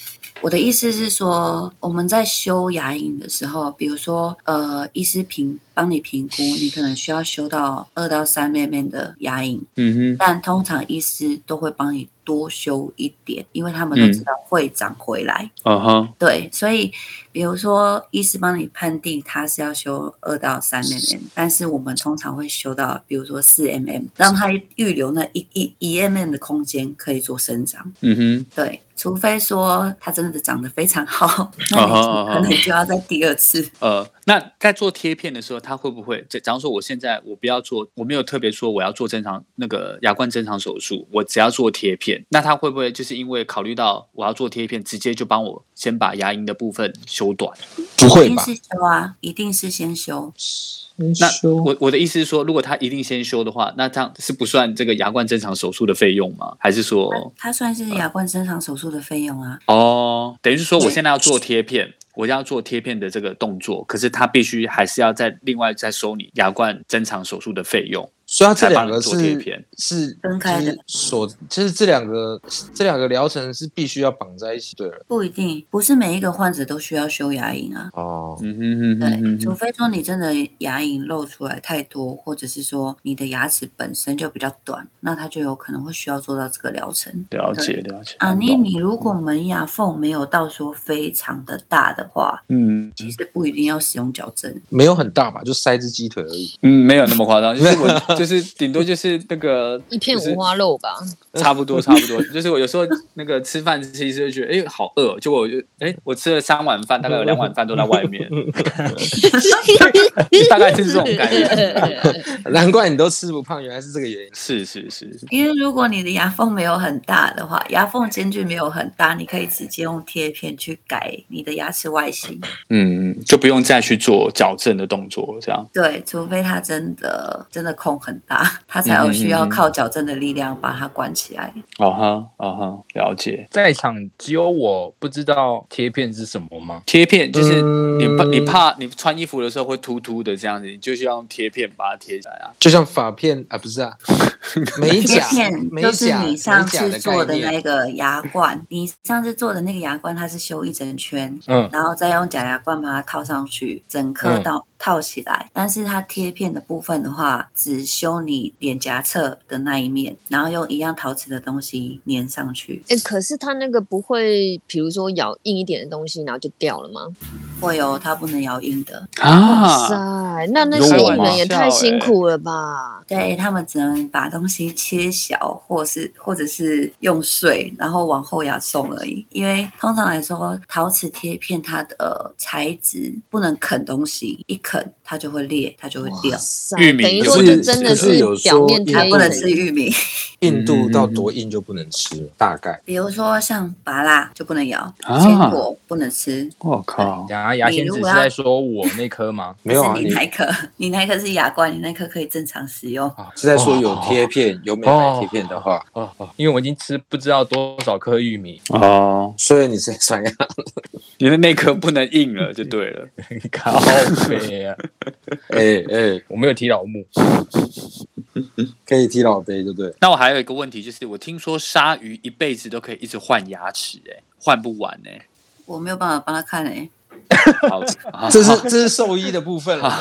S5: 我的意思是说，我们在修牙龈的时候，比如说，呃，医师评帮你评估，你可能需要修到二到三面面的牙龈，
S1: 嗯
S5: 但通常医师都会帮你多修一点，因为他们都
S1: 嗯
S5: 知道会长回来。
S1: 哼，嗯哼，
S5: 对，所以比如说医师帮你判定他是要修二到三 mm，但是我们通常会修到比如说四 mm，让他预留那一一一 mm 的空间可以做生长。
S1: 嗯哼。
S5: 对，除非说他真的长得非常好，那
S4: 哦
S1: 啊哈啊
S5: 你就
S1: 哈
S5: 可能就要在第二次。
S1: 呃，那在做贴片的时候，它会不会？假假如说我现在我不要做，我没有特别说我要做正常那个牙冠正常手术，我只要做贴片，那它会不会就是因为考虑到我要做贴片，直接就帮我先把牙龈的部分修短？
S4: 不
S5: 一
S4: 会
S5: 定
S4: 吧？
S5: 是修啊，一定是先修。
S1: 那我我的意思是说，如果他一定先修的话，那这样是不算这个牙冠正常手术的费用吗？还是说，
S5: 它算
S4: 嗯
S5: 是牙冠增长手术的费用啊。
S1: 哦，等于是说我现在要做贴片？我要做贴片的这个动作，可是他必须还是要再另外再收你牙冠增长手术的费用。
S4: 所以它这两个
S1: 才帮你做贴
S4: 是
S1: 片
S4: 是
S5: 分开的
S4: 就是所就是这两个这两个疗程是必须要绑在一起对了。
S5: 不一定，不是每一个患者都需要修牙龈啊。
S4: 哦，
S1: 嗯哼哼哼
S5: 对，
S1: 哼
S5: 除非说你真的牙龈露出来太多，或者是说你的牙齿本身就比较短，那它就有可能会需要做到这个疗程。
S1: 了解了解
S5: 啊，你
S1: 懂嗯
S5: 你如果门牙缝没有到说非常的大的话，
S1: 嗯
S5: 其实不一定要使用矫正。
S4: 没有很大吧，就塞只鸡腿 而已。
S1: 嗯，没有那么夸张，就是我就是顶多就是那个
S3: 一片
S1: 就是
S3: 五花肉吧，
S1: 差不多差不多，就是我有时候那个吃饭其实就觉得哎、好饿，结果我就哎、我吃了三碗饭，大概有两碗饭都在外面，大概就是这种感觉。
S4: 难怪你都吃不胖，原来是这个原因。
S1: 是是是，
S5: 因为如果你的牙缝没有很大的话，牙缝间距没有很大，你可以直接用贴片去改你的牙齿外形。
S1: 嗯，就不用再去做矫正的动作，这样。
S5: 对，除非它真的真的孔很大，它才有需要
S1: 嗯嗯嗯嗯
S5: 靠矫正的力量把它关起来。
S1: 哦哈哦哈，了解。
S2: 在场只有我不知道贴片是什么吗？
S1: 贴片就是
S4: 嗯
S1: 你怕你怕你穿衣服的时候会突突的这样子，你就需要用贴片把它贴起来啊。
S4: 就像发片啊，不是 啊，美
S5: 贴
S4: 甲，
S5: 片
S4: 美
S5: 就是
S4: 甲，
S5: 你上
S4: 美甲
S5: 次做
S4: 的
S5: 的
S4: 概
S5: 那
S4: 念
S5: 个牙冠，你上次做的那个牙冠，它是修一整圈，
S2: 嗯
S5: 然后再用假牙冠把它套上去，整颗
S2: 嗯
S5: 到、套起来。但是它贴片的部分的话，只修你脸颊侧的那一面，然后用一样陶瓷的东西粘上去，
S3: 哎、可是它那个不会，比如说咬硬一点的东西，然后就掉了吗？
S5: 会哦，它不能摇硬的。
S3: 哇
S1: 啊，
S3: 塞，那那
S2: 有
S3: 些
S2: 我
S3: 艺
S2: 吗
S3: 人也
S1: 欸
S3: 太辛苦了吧！
S5: 对他们只能把东西切小，或是或者是用碎，然后往后牙送而已。因为通常来说，陶瓷贴片它的呃材质不能啃东西，一啃它就会裂，它就会掉
S3: 哇。塞，
S1: 玉米
S3: 等于
S1: 有
S3: 说
S1: 是
S3: 就真的
S4: 可是有
S3: 表面
S4: 说
S3: 贴
S5: 还
S3: 一
S5: 不能
S3: 层
S5: 吃玉米，
S4: 硬度到多硬就不能吃，大概
S5: 比如说像拔蜡就不能咬，
S1: 啊
S5: 坚果不能吃。
S1: 我靠，
S2: 牙牙
S5: 你
S2: 仙
S5: 如
S2: 子是
S5: 果要
S2: 在说我那颗吗？
S4: 没有啊，
S5: 但是
S4: 你
S5: 你那一颗，你那一颗是牙冠，你那一颗可以正常使用。
S4: 是在
S1: 哦
S4: 说有贴片有美白贴片的话，
S2: 哦哦，因为我已经吃不知道多少颗玉米，
S1: 哦，
S4: 所以你是酸牙
S1: 你的那颗不能硬了就 对了。
S2: 靠北啊！
S4: 哎哎，
S2: 我没有提老木，
S4: 可以踢老杯，对不对？
S1: 那我还有一个问题，就是我听说鲨鱼一辈子都可以一直换牙齿、哎，换不完哎、
S5: 我没有办法帮他看欸诶、
S1: 好，好
S4: 这是这是兽医的部分 了。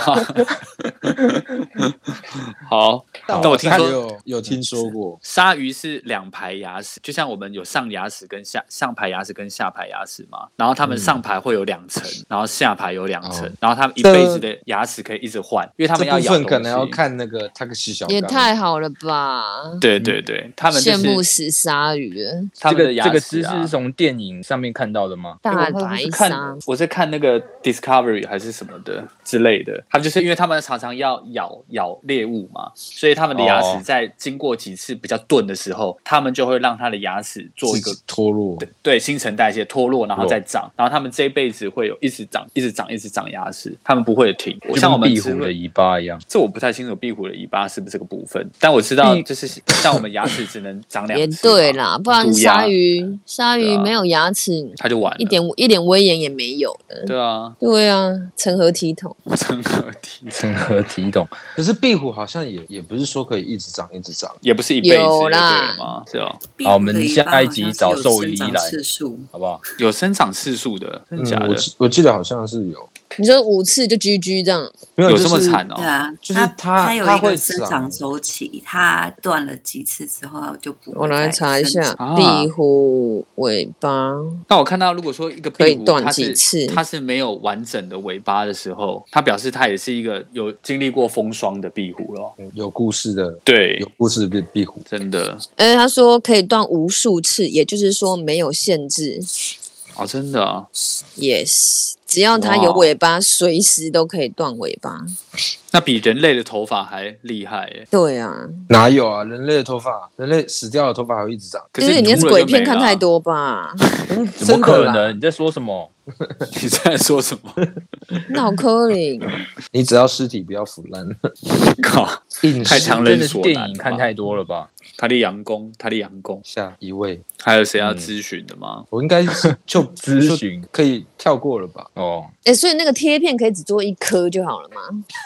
S1: 好，但我听
S4: 看
S1: 说
S4: 有有听说过，
S1: 鲨鱼是两排牙齿，就像我们有上牙齿跟下上排牙齿跟下排牙齿嘛，然后它们上排会有两层，然后下排有两层，然后它们一辈子的牙齿可以一直换，因为它
S4: 这
S1: 们要
S4: 部
S1: 咬
S4: 分
S1: 东西
S4: 可能要。看那个他个细小。
S3: 也太好了吧！
S1: 对对对，他们就
S3: 羡慕
S1: 是
S3: 死鲨鱼了，
S1: 他们
S2: 这个
S1: 的牙
S2: 这个
S1: 齿
S2: 知识
S1: 啊
S2: 是。从电影上面看到的吗？
S3: 大
S1: 哎我好像
S3: 白
S1: 是
S3: 鲨
S1: 看，我是看那个 Discovery 还是什么的之类的，他们就是因为他们常常要咬咬猎物嘛，所以他们的牙齿
S2: 哦
S1: 在经过几次比较钝的时候，他们就会让他的牙齿做一个
S4: 脱落，
S1: 对新陈代谢脱落，然后再长，然后他们这一辈子会有一直长、一直长、一直长牙齿，他们不会停。
S2: 就
S1: 像我
S2: 跟
S1: 们
S2: 壁
S1: 吃
S2: 虎的
S1: 会，
S2: 尾巴一样，
S1: 这我不太清楚壁虎的尾巴是不是这个部分，但我知道
S2: 壁
S1: 就是像我们牙齿只能长两
S3: 也
S1: 次，
S3: 对，啦，不然
S1: 毒牙
S3: 鲨鱼鲨
S1: 对
S3: 鱼
S1: 啊
S3: 没有牙齿，
S1: 它就完了。
S3: 一点一点威严也没有的。
S1: 对啊，
S3: 对啊，成何体统？
S1: 成何体统？
S2: 成何体统？
S4: 可是壁虎好像也也不是说可以一直长一直长，
S1: 也不是一辈子
S3: 有啦
S1: 就对了吗？是哦，
S5: 壁虎
S2: 我们
S5: 的尾
S2: 下
S5: 巴
S2: 一
S5: 好
S2: 集
S5: 像是
S2: 找
S5: 有
S2: 兽
S5: 生
S2: 医
S5: 长
S2: 来
S5: 次数
S2: 好不好？
S1: 有生长次数的，真的假的
S4: 嗯，我？记我记得好像是有，
S3: 你说五次就 GG 这样，
S4: 没有
S1: 有这么
S4: 就是
S1: 惨哦
S5: 对？啊，
S4: 就是
S5: 它
S4: 它
S5: 有
S4: 它
S5: 一个
S4: 会
S5: 生
S4: 长
S5: 长周期，它断了几次之后它就不。
S3: 我来查一下，，
S1: 啊
S3: 壁虎尾巴
S1: 那我看到，如果说一个
S3: 可以
S1: 壁虎
S3: 断
S1: 它
S3: 几
S1: 是
S3: 次
S1: 它是没有完整的尾巴的时候，它表示它也是一个有经历过风霜的壁虎咯。
S4: 有故事的，
S1: 对
S4: 有，故事的壁壁虎。
S1: 真的
S3: 哎、他说可以断无数次，也就是说没有限制
S1: 哦，真的啊。
S3: ，yes，只要它有
S1: 哇
S3: 尾巴，随时都可以断尾巴。
S1: 那比人类的头发还厉害欸耶！
S3: 对啊，
S4: 哪有啊？人类的头发，人类死掉的头发还会一直长，
S1: 可
S3: 就是你那
S1: 秃
S3: 是
S1: 了
S3: 鬼
S1: 就
S3: 片
S1: 没
S3: 看
S1: 了啊
S3: 太，多吧？
S2: 怎么
S4: 真的
S2: 可
S4: 啦
S2: 能？你在说什么？
S1: 你在说什么？
S3: 脑壳里
S4: 你只要尸体不要腐烂，
S1: 靠！
S4: 硬
S1: 太
S4: 尸
S1: 强了
S2: 真的
S1: 人
S2: 是
S1: 所难
S2: 电影
S1: 吧
S2: 看太多了吧？
S1: 他的阳光，他的阳光，
S4: 下一位，
S1: 还有谁要咨询的吗？
S4: 我应该 是就
S2: 咨询
S4: 就可以跳过了吧？
S2: 哦，
S3: 哎、所以那个贴片可以只做一颗就好了嘛？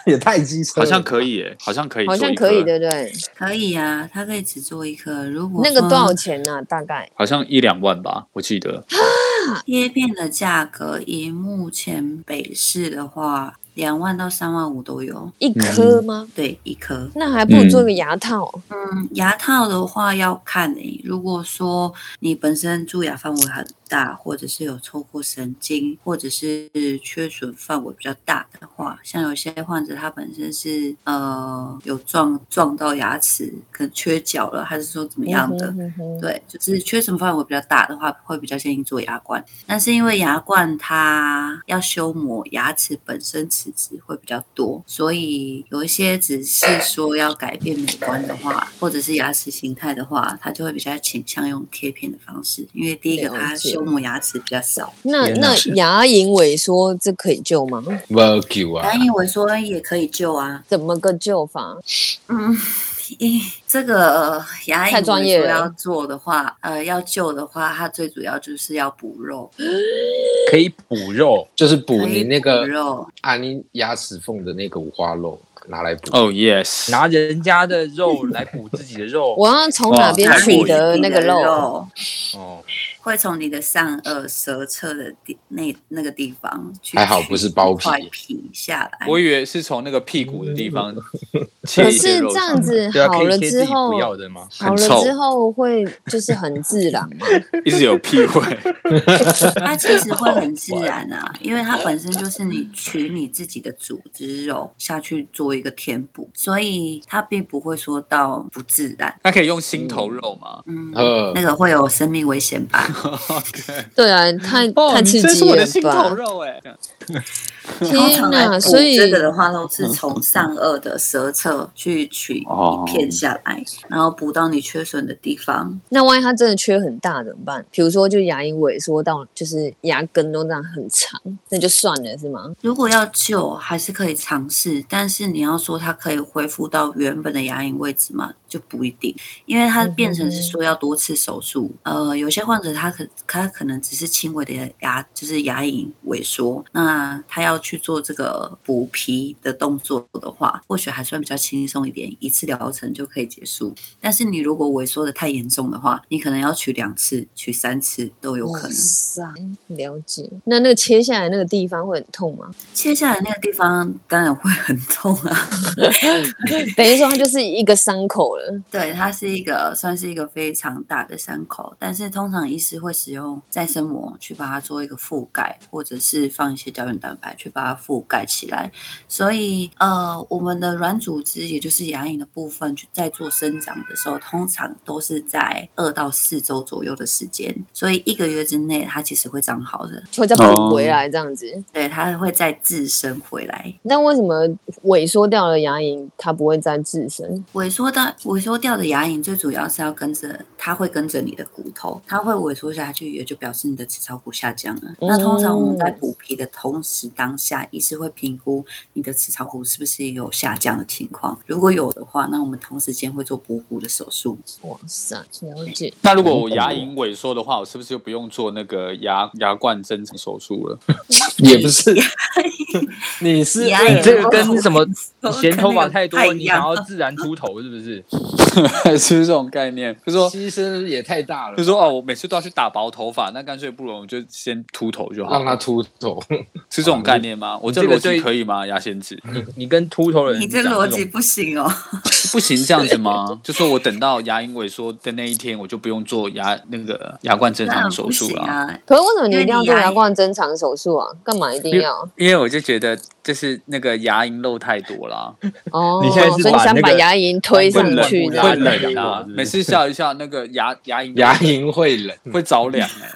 S4: 也太机车
S1: 好
S4: 了，
S1: 像可以耶，好像可以，
S3: 好像可以，，对不对？
S5: 可以啊，它可以只做一颗。如果
S3: 那个
S5: 说
S3: 多少钱呢、啊？大概
S1: 好像一两万吧，我记得。
S5: 贴片的价格，以目前北市的话，两万到三万五都有。
S3: 一
S1: 嗯
S3: 颗吗？
S5: 对，一颗。
S3: 那还不如做个牙套。
S5: 嗯，牙套的话要看诶、如果说你本身蛀牙范围很大，或者是有抽过神经，或者是缺损范围比较大的话，像有些患者他本身是呃有撞撞到牙齿，可能缺角了，还是说怎么样的，
S3: 嗯哼哼哼
S5: 对，就是缺什么范围比较大的话，会比较建议做牙冠。但是因为牙冠它要修磨牙齿本身齿质会比较多，所以有一些只是说要改变美观的话，或者是牙齿形态的话，它就会比较倾向用贴片的方式，因为第一个
S3: 了
S5: 它
S3: 解
S5: 修磨牙齿比较少。
S3: 那
S4: 天哪
S3: 那牙龈萎缩这可以救吗？嗯
S4: v e r g u 啊
S5: 牙，龈萎缩也可以救啊，
S3: 怎么个救法？
S5: 嗯， 因这个牙龈
S3: 太专业
S5: 如果
S3: 了
S5: 要做的话，呃，要救的话，它最主要就是要补肉，
S2: 可以补肉，
S4: 就是补
S5: 哎可以
S4: 你那个
S5: 补肉，
S4: 啊，你牙齿缝的那个五花肉拿来补。
S1: 哦、yes，
S2: 拿人家的肉来补自己的肉。
S3: 我要从哪边
S1: 哇
S4: 哦
S3: 取得那个
S5: 肉
S3: 肉？
S2: 哦，
S5: 会从你的上颚、舌侧的地那那个地方去，
S4: 还好不是包皮
S5: 块皮下
S3: 哎
S5: 来。
S1: 我以为是从那个屁股的地方切
S3: 嗯可
S1: 一些
S3: 是
S1: 肉
S3: 这样
S1: 上来，
S3: 子
S2: 对啊，
S3: 好
S2: 可以
S3: 了
S2: 切
S3: 之
S2: 自己
S3: 后
S2: 不，要的吗？
S3: 好
S1: 很臭
S3: 了之后会就是很自然嘛。
S1: 一直有屁味，
S5: 它其实会 很自然啊，因为它本身就是你取你自己的组织肉下去做一个填补，所以它并不会说到不自然。
S1: 那可以用心头肉吗？
S5: 嗯，
S4: 呃
S5: 那，个会有生命危险 吧？
S3: 对啊，太
S1: 嗯哦，
S3: 太
S1: 你
S3: 刺
S1: 真是
S3: 激
S1: 我的
S3: 了
S1: 心头
S3: 吧！
S1: 肉哎、
S5: 通
S3: 天
S5: 常来
S3: 哪，
S5: 补
S3: 所以
S5: 这个的话都是从上颚的舌侧去取
S1: 哦
S5: 一片下来，然后补到你缺损的地方。
S3: 那万一它真的缺很大怎么办？比如说，就牙龈萎缩到就是牙根都这样很长，那就算了是吗？
S5: 如果要救，还是可以尝试，但是你要说它可以恢复到原本的牙龈位置嘛，就不一定，因为
S3: 嗯
S5: 它变成是说要多次手术。呃，有些患者他可他可能只是轻微的牙，就是牙龈萎缩，那他要去做这个补皮的动作的话，或许还算比较轻松一点，一次疗程就可以结束。但是你如果萎缩的太严重的话，你可能要取两次、取三次都有
S3: 哇
S5: 可能。
S3: 塞，了解。那那个切下来那个地方会很痛吗？
S5: 切下来那个地方当然会很痛啊，
S3: 等于说它就是一个伤口了。
S5: 对，它是一个算是一个非常大的伤口，但是通常医师会使用再生膜去把它做一个覆盖，或者是放一些胶原蛋白去把它覆盖起来。所以呃，我们的软组织也就是牙龈的部分，去在做生长的时候，通常都是在二到四周左右的时间，所以一个月之内它其实会长好的，
S3: 会再补回来这样子。
S5: 对，它会再自生回来。
S3: 那为什么萎缩掉了牙龈，它不会再自生？
S5: 萎缩的萎缩掉的牙龈，最主要是要跟着，它会跟着你的骨头，它会萎缩下去，也就表示你的齿槽骨下降了。那通常我们在补皮的同时，当下医师会评估你的齿槽骨是不是也有下降的情况，如果有的话，那我们同时间会做补骨的手术。
S3: 哇塞，了解。
S1: 那如果我牙龈萎缩的话，我是不是就不用做那个牙牙冠增长手术了？
S4: 也不是，你是
S5: 牙
S2: 你
S5: 龈
S2: 这个跟什么
S5: 跟
S2: 嫌头发
S5: 那个
S2: 太多
S5: 不太，一
S2: 你想
S5: 样
S2: 要自然秃头是不是？
S1: 是不是这种概念？就说
S4: 牺牲也太大了
S1: 就，说哦，我每次都要去打薄头发，那干脆不如我就先秃头就好
S4: 让
S1: 了，
S4: 他秃头。
S1: 是这种概念吗？嗯哦我这
S2: 这个
S1: 逻辑
S2: 对
S1: 可以吗？牙仙子
S2: 你跟秃头人
S5: 你
S2: 讲
S5: 这
S2: 这
S5: 逻辑
S2: 种
S5: 不行哦，
S1: 不行这样子 吗？就说我等到牙龈萎缩的那一天，我就不用做牙那个牙冠增
S5: 那
S1: 长
S5: 不
S1: 手术
S5: 行
S1: 了。
S5: 啊！
S3: 可是为什么你
S5: 因为
S3: 一定要
S5: 你
S3: 做
S5: 牙
S3: 牙
S5: 龈
S3: 冠增长手术啊？干嘛一定要？
S1: 因为我就觉得，就是那个牙龈肉太多了，
S3: 哦，
S2: 你现在是
S3: 所以
S2: 把
S3: 你想
S2: 那
S3: 把
S2: 个
S3: 牙龈推上
S1: 会冷
S3: 去的
S2: 拉
S1: 会
S2: 起来
S1: 冷啊
S2: 是不，是
S1: 每次笑一笑，那个牙牙龈
S4: 牙龈会冷，
S1: 会着凉欸。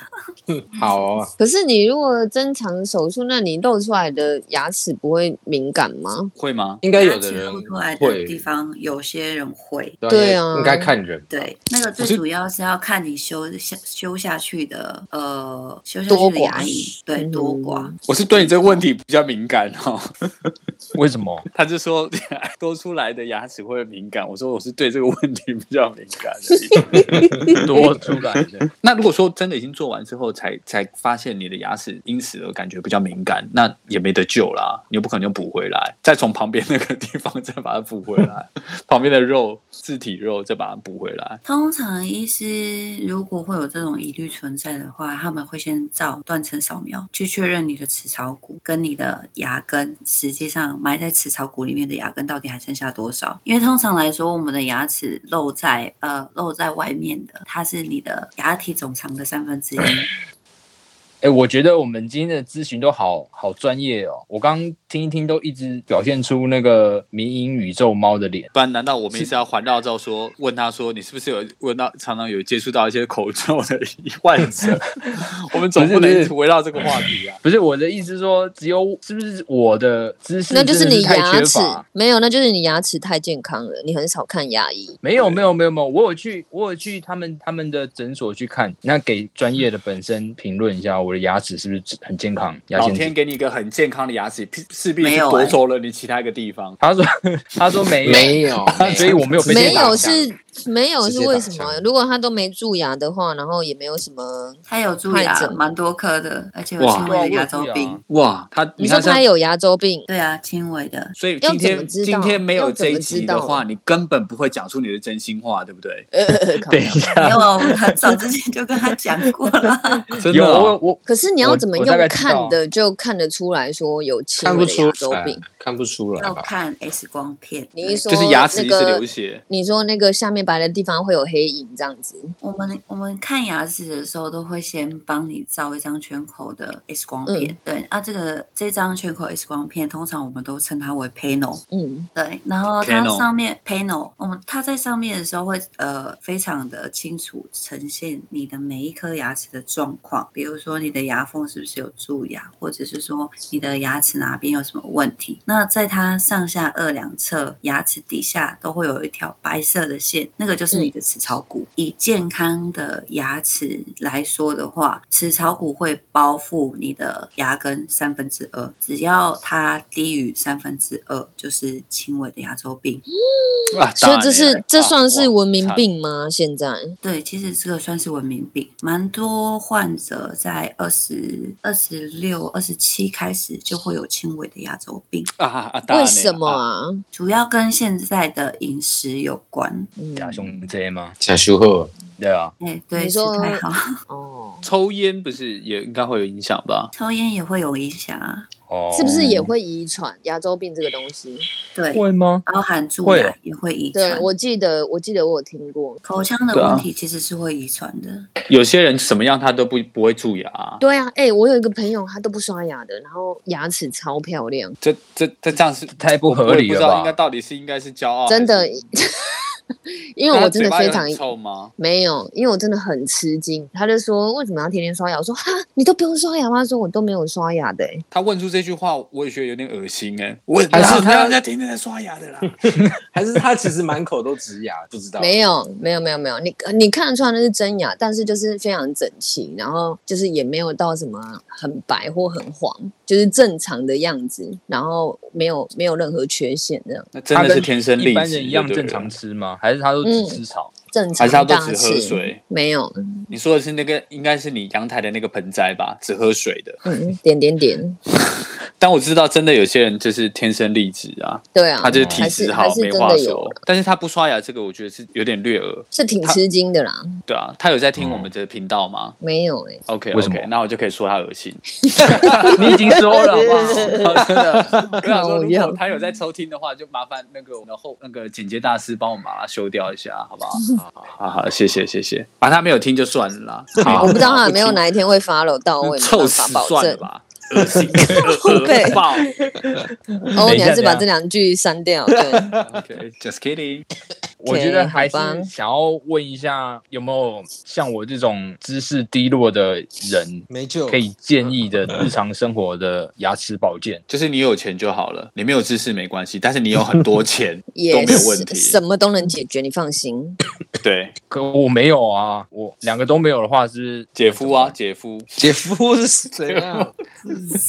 S4: 好哦，
S3: 可是你如果增长手术，那你露出来的牙齿不会敏感吗？
S1: 会吗？
S4: 应该有的人
S5: 它切不出来的
S4: 会
S5: 地方，有些人会。
S3: 对啊
S4: 应该看人。
S5: 对，那个最
S1: 是
S5: 主要是要看你修下修下去的，呃，修下去
S3: 多
S5: 的
S3: 寡
S5: 牙龈，对，多寡。
S3: 嗯
S1: 我是对你这个问题比较敏感哦。
S2: 为什么？
S1: 他就说 多出来的牙齿会敏感，我说我是对这个问题比较敏感而已。
S2: 多出来的，
S1: 那如果说真的已经做完之后才才发现你的牙齿因此而感觉比较敏感，那也没得救啦，你又不可能又补回来，再从旁边那个地方再把它补回来，旁边的肉自体肉再把它补回来。
S5: 通常医师如果会有这种疑虑存在的话，他们会先照断层扫描去确认你的齿槽骨跟你的牙根，实际上埋在齿槽骨里面的牙根到底还剩下多少？因为通常来说，我们的牙齿露在呃露在外面的，它是你的牙体总长的三分 之一。
S2: 哎、我觉得我们今天的咨询都好好专业哦。我刚听一听，都一直表现出那个迷影宇宙猫的脸。
S1: 不然，难道我们一直要环绕到说，问他说，你是不是有问到常常有接触到一些口臭的患 者？我们总不能一直围绕这个话题啊。
S2: 不是我的意思是说，只有是不是我的知识
S3: 那就是
S2: 真的
S3: 你
S2: 太
S3: 牙
S2: 缺
S3: 齿
S2: 乏？
S3: 没有，那就是你牙齿太健康了，你很少看牙医。
S2: 没有没有没有没有，我有去我有去他们他们的诊所去看，那给专业的本身评论一下，我我的牙齿是不是很健康？牙
S1: 老
S2: 线
S1: 天
S2: 质。
S1: 给你一个很健康的牙齿，必势必
S5: 没
S1: 是
S5: 有
S1: 夺
S5: 欸
S1: 走了你其他一个地方。
S2: 他说 他说没有，
S4: 没有
S2: 所以我没有被
S3: 没
S2: 电打
S3: 有
S2: 枪
S3: 是没有是
S4: 直接打
S3: 为什么？
S4: 枪
S3: 如果他都没蛀牙的话，然后也没有什么，
S5: 他有蛀牙
S3: 太整，了
S5: 蛮多颗的，而且有
S1: 哇
S5: 轻微的牙
S2: 对
S5: 周
S2: 啊
S5: 病。
S1: 哇，他
S3: 你说
S1: 看
S3: 他
S1: 像，
S3: 有牙周病，
S5: 对啊，轻微的。
S1: 所以
S3: 要
S1: 今
S3: 怎
S1: 天
S3: 么知道
S1: 今天没有
S3: 要怎
S1: 这
S3: 么
S1: 一集
S3: 知道
S1: 的话，你根本不会讲出你的真心话，对不对？
S3: 呃，靠
S2: 等一
S1: 啊
S5: 没
S2: 下，
S5: 有，啊我很早之前就跟他讲过了。
S3: 嗯
S1: 真
S2: 有
S1: 的
S2: 我
S1: 哦
S2: 我
S3: 可是你要怎么
S2: 我我大概
S3: 用
S2: 知道
S3: 看的就看得出来说有轻
S4: 看
S3: 微
S4: 不
S3: 的
S4: 出
S3: 牙周
S4: 来
S3: 病？，
S4: 看不出来
S5: 要
S4: 吧？
S5: 看 X 光片。
S3: 你一说
S1: 哎就是牙齿
S3: 那
S1: 一直
S3: 个
S1: 流，血，
S3: 你说那个下面白的地方会有黑影这样子，
S5: 我们我们看牙齿的时候，都会先帮你照一张全口的 X 光片。对啊，这个这张全口 X 光片，通常我们都称它为 panel。
S3: 嗯，
S5: 对，然后它
S1: Panel
S5: 上面 panel，我们它在上面的时候会呃非常的清楚呈现你的每一颗牙齿的状况，比如说你的牙缝是不是有蛀牙，或者是说你的牙齿哪边有什么问题。那在它上下颚两侧牙齿底下都会有一条白色的线，那个就是你的齿槽骨。以健康的牙齿来说的话，齿槽骨会包覆你的牙根三分之二，只要它低于三分之二，就是轻微的牙周病。
S1: 啊
S3: 所以这
S1: 当然
S3: 是
S1: 了
S3: 这
S1: 啊
S3: 算是
S1: 哇
S3: 文明
S1: 惨
S3: 病吗？现在
S5: 对，其实这个算是文明病，蛮多患者在二十二十六、二十七开始就会有轻微的牙周病，
S1: 啊啊啊！当然了
S3: 为什么
S1: 啊
S3: 啊？
S5: 主要跟现在的饮食有关。
S3: 嗯
S2: 假胸这些吗？
S4: 假修后
S2: 对啊，
S5: 哎，
S3: 你
S5: 对，吃
S3: 说
S5: 太好，
S3: 哦，
S1: 抽烟不是也应该会有影响吧？
S5: 抽烟也会有影响啊。
S2: 哦，
S3: 是不是也会遗传牙周病这个东西？
S5: 对，
S2: 会吗？
S5: 包含蛀
S2: 会
S5: 牙
S2: 哦
S5: 也会遗
S3: 对
S5: 传，。
S3: 我记得我记得我有听过，
S5: 口腔的
S1: 对啊
S5: 问题其实是会遗传 的。
S1: 有些人什么样他都不不会蛀牙啊、
S3: 对啊，哎、我有一个朋友，他都不刷牙的，然后牙齿超漂亮，
S1: 这这这这样是
S2: 太不合理
S1: 我也不
S2: 了
S1: 知
S2: 吧
S1: 道应该到底是应该是骄傲还是，
S3: 真的，因为我真的非
S1: 他嘴巴
S3: 常
S1: 有很臭吗？
S3: 没有，因为我真的很吃惊。他就说为什么要天天刷牙？我说哈，你都不用刷牙吗？他说我都没有刷牙的、欸，
S1: 他问出这句话，我也觉得有点恶心哎、我
S4: 还是他
S1: 人家天天在刷牙的啦？
S4: 还是他其实满口都植牙， 不知道
S3: 没有，没有，没有，没有，你你看得出来那是真牙，但是就是非常整齐，然后就是也没有到什么很白或很黄，就是正常的样子，然后没有没有任何缺陷这样。
S1: 那真的是天生丽质，
S2: 一般人一样
S1: 对不对
S2: 正常吃吗？还是他都
S3: 嗯
S2: 只吃草？
S3: 正
S1: 还
S3: 常
S1: 是他都
S3: 大
S1: 只
S3: 吃
S1: 喝水？
S3: 没有，
S1: 你说的是那个，应该是你阳台的那个盆栽吧，只喝水的。
S3: 嗯，点点点，
S1: 但我知道，真的有些人就是天生丽质啊，
S3: 对啊，
S1: 他就是体
S3: 还
S1: 质
S3: 是
S1: 好
S3: 还，是
S1: 没
S3: 真
S1: 话
S3: 的有
S1: 说，。但是他不刷牙，这个我觉得是有点略恶，
S3: 是挺吃惊的啦。
S1: 对啊。他有在听我
S2: 嗯
S1: 们的频道吗
S3: 没有 哎、
S1: ？OK，
S2: 为什么
S1: OK，那我就可以说他恶 心。
S2: 你已经说了好不好？
S1: 好真的，我想 说，
S3: 我
S1: 如
S3: 要
S1: 果他有在收听的话，就麻烦那个我们的后那个剪接大师帮我们把它修掉一下， 好不好？好好，谢谢谢谢。啊，他没有听就算了啦。
S3: 我不知道他有没有
S1: 听
S3: 哪一天会 follow 到位，没
S1: 臭
S3: 办
S1: 死
S3: 法保
S1: 算了
S3: 证。
S1: 吧，恶心，
S3: 后 背
S1: 恶爆。
S3: 哦，
S2: 等一
S3: 你
S2: 下
S3: 还是把
S2: 等一下
S3: 这两句删 掉。对，
S1: OK，just kidding。
S2: 我觉得还是
S3: 好吧
S2: 想要问一下，有没有像我这种知识低落的人，
S4: 没救
S2: 可以建议的日常生活的牙齿保健？
S1: 就是你有钱就好了，你没有知识没关系，但是你有很多 钱都
S3: 也
S1: 没有问
S3: 是
S1: 题。
S3: 什么都能解决，你放心。
S1: 对，
S2: 可我没有啊，我两个都没有的话是
S1: 姐夫啊，姐夫，
S4: 姐夫是谁啊？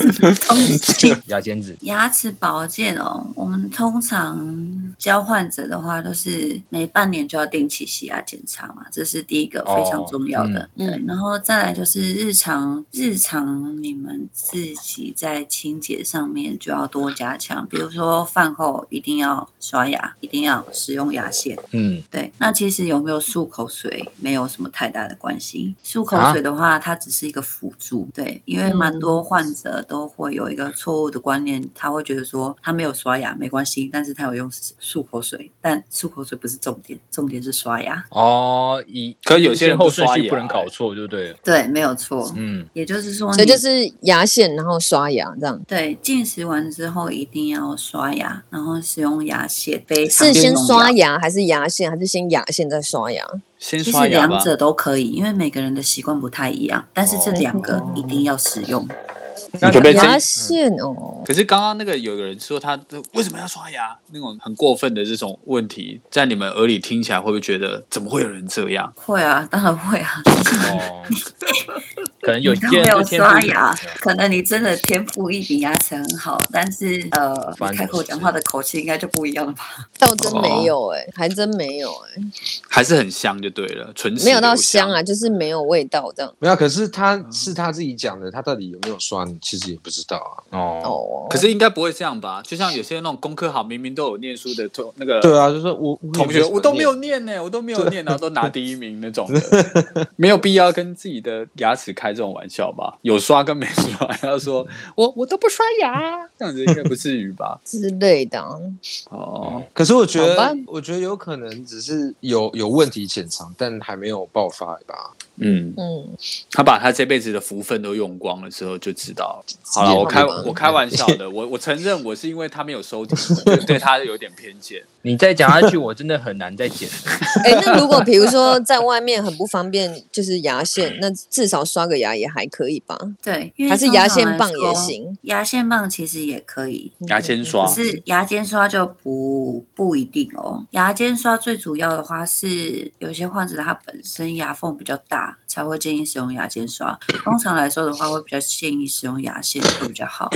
S1: 嗯
S2: 牙尖子。
S5: 牙齿保健哦，我们通常教患者的话都是每半年就要定期洗牙检查嘛，这是第一个非常重要的。
S3: 嗯
S5: 对，然后再来就是日常日常你们自己在清洁上面就要多加强，比如说饭后一定要刷牙，一定要使用牙线。
S2: 嗯，
S5: 对，那其实有没有漱口水没有什么太大的关系。漱口
S2: 啊
S5: 水的话，它只是一个辅助。对，因为蛮多患者都会有一个错误的观念，他会觉得说他没有刷牙没关系，但是他有用漱口水，但漱口水不是重点，重点是刷牙。
S2: 哦，以
S1: 可有些人
S2: 先后
S1: 不刷
S2: 顺序
S1: 牙
S2: 不能搞错，就对了。
S5: 对，没有错。
S2: 嗯，
S5: 也就是说哦你，
S3: 所以就是牙线，然后刷牙这样。
S5: 对进食完之后一定要刷牙，然后使用牙线，非常
S3: 是先
S5: 重
S3: 刷
S5: 要。
S3: 牙还是牙线，还是先牙线再刷牙？
S1: 先
S5: 其
S1: 刷
S5: 实
S1: 牙吧
S5: 两。者都可以，因为每个人的习惯不太一样，但是这
S2: 哦
S5: 两个一定要使用。
S2: 那
S1: 准备这
S3: 牙线哦，
S1: 可是刚刚那个有个人说他为什么要刷牙，那种很过分的这种问题，在你们耳里听起来会不会觉得怎么会有人这样？
S5: 会啊，当然会啊。
S2: 哦，可能 有
S5: 你都
S2: 些
S5: 没
S2: 人
S5: 有
S2: 就天
S5: 刷
S2: 赋异禀
S5: 牙
S2: 啊，
S5: 可能你真的天赋异禀，牙齿很好，但是呃，
S2: 反
S5: 你
S2: 正
S5: 开口讲话的口气应该就不一样了吧？
S3: 倒真没有哎、还真没有哎、
S1: 还是很香就对了，纯
S3: 没有到香啊，就是没有味道这样。
S4: 没有，可是他是他自己讲的，他到底有没有刷，你其实也不知道啊。
S2: 哦，
S3: 哦，？
S1: 可是应该不会这样吧？就像有些那种功课好，明明都有念书的同那个
S4: 对啊，就是说我
S1: 同学，我都没有，念呢、我都没有念，然后都拿第一名那种 的，没有必要跟自己的牙齿开这种玩笑吧？有刷跟没刷，然后说我我都不刷牙，这样子应该不至于吧
S3: 之类的啊、
S1: 哦，
S4: 可是我觉
S3: 好
S4: 得
S3: 吧，
S4: 我觉得有可能只是有有问题潜藏，但还没有爆发吧。
S1: 嗯，
S3: 嗯，
S1: 他把他这辈子的福分都用光了之后就知道了。好了，
S4: 也
S1: 我开
S4: 不可能
S1: 我开玩笑的，我我承认我是因为他没有收听，我就对他有点偏见。
S2: 你再讲下去，我真的很难再剪。
S3: 哎、那如果比如说在外面很不方便，就是牙线，那至少刷个牙也还可以吧？
S5: 对，因为
S3: 还是
S5: 通
S3: 牙
S5: 常
S3: 线
S5: 来
S3: 棒也
S5: 说
S3: 行，
S5: 牙线棒其实也可以，
S1: 牙签刷
S5: 可，是牙尖刷就不不一定哦。牙尖刷最主要的话是，有些患者他本身牙缝比较大，才会建议使用牙尖刷。通常来说的话，会比较建议使用牙线会比较好。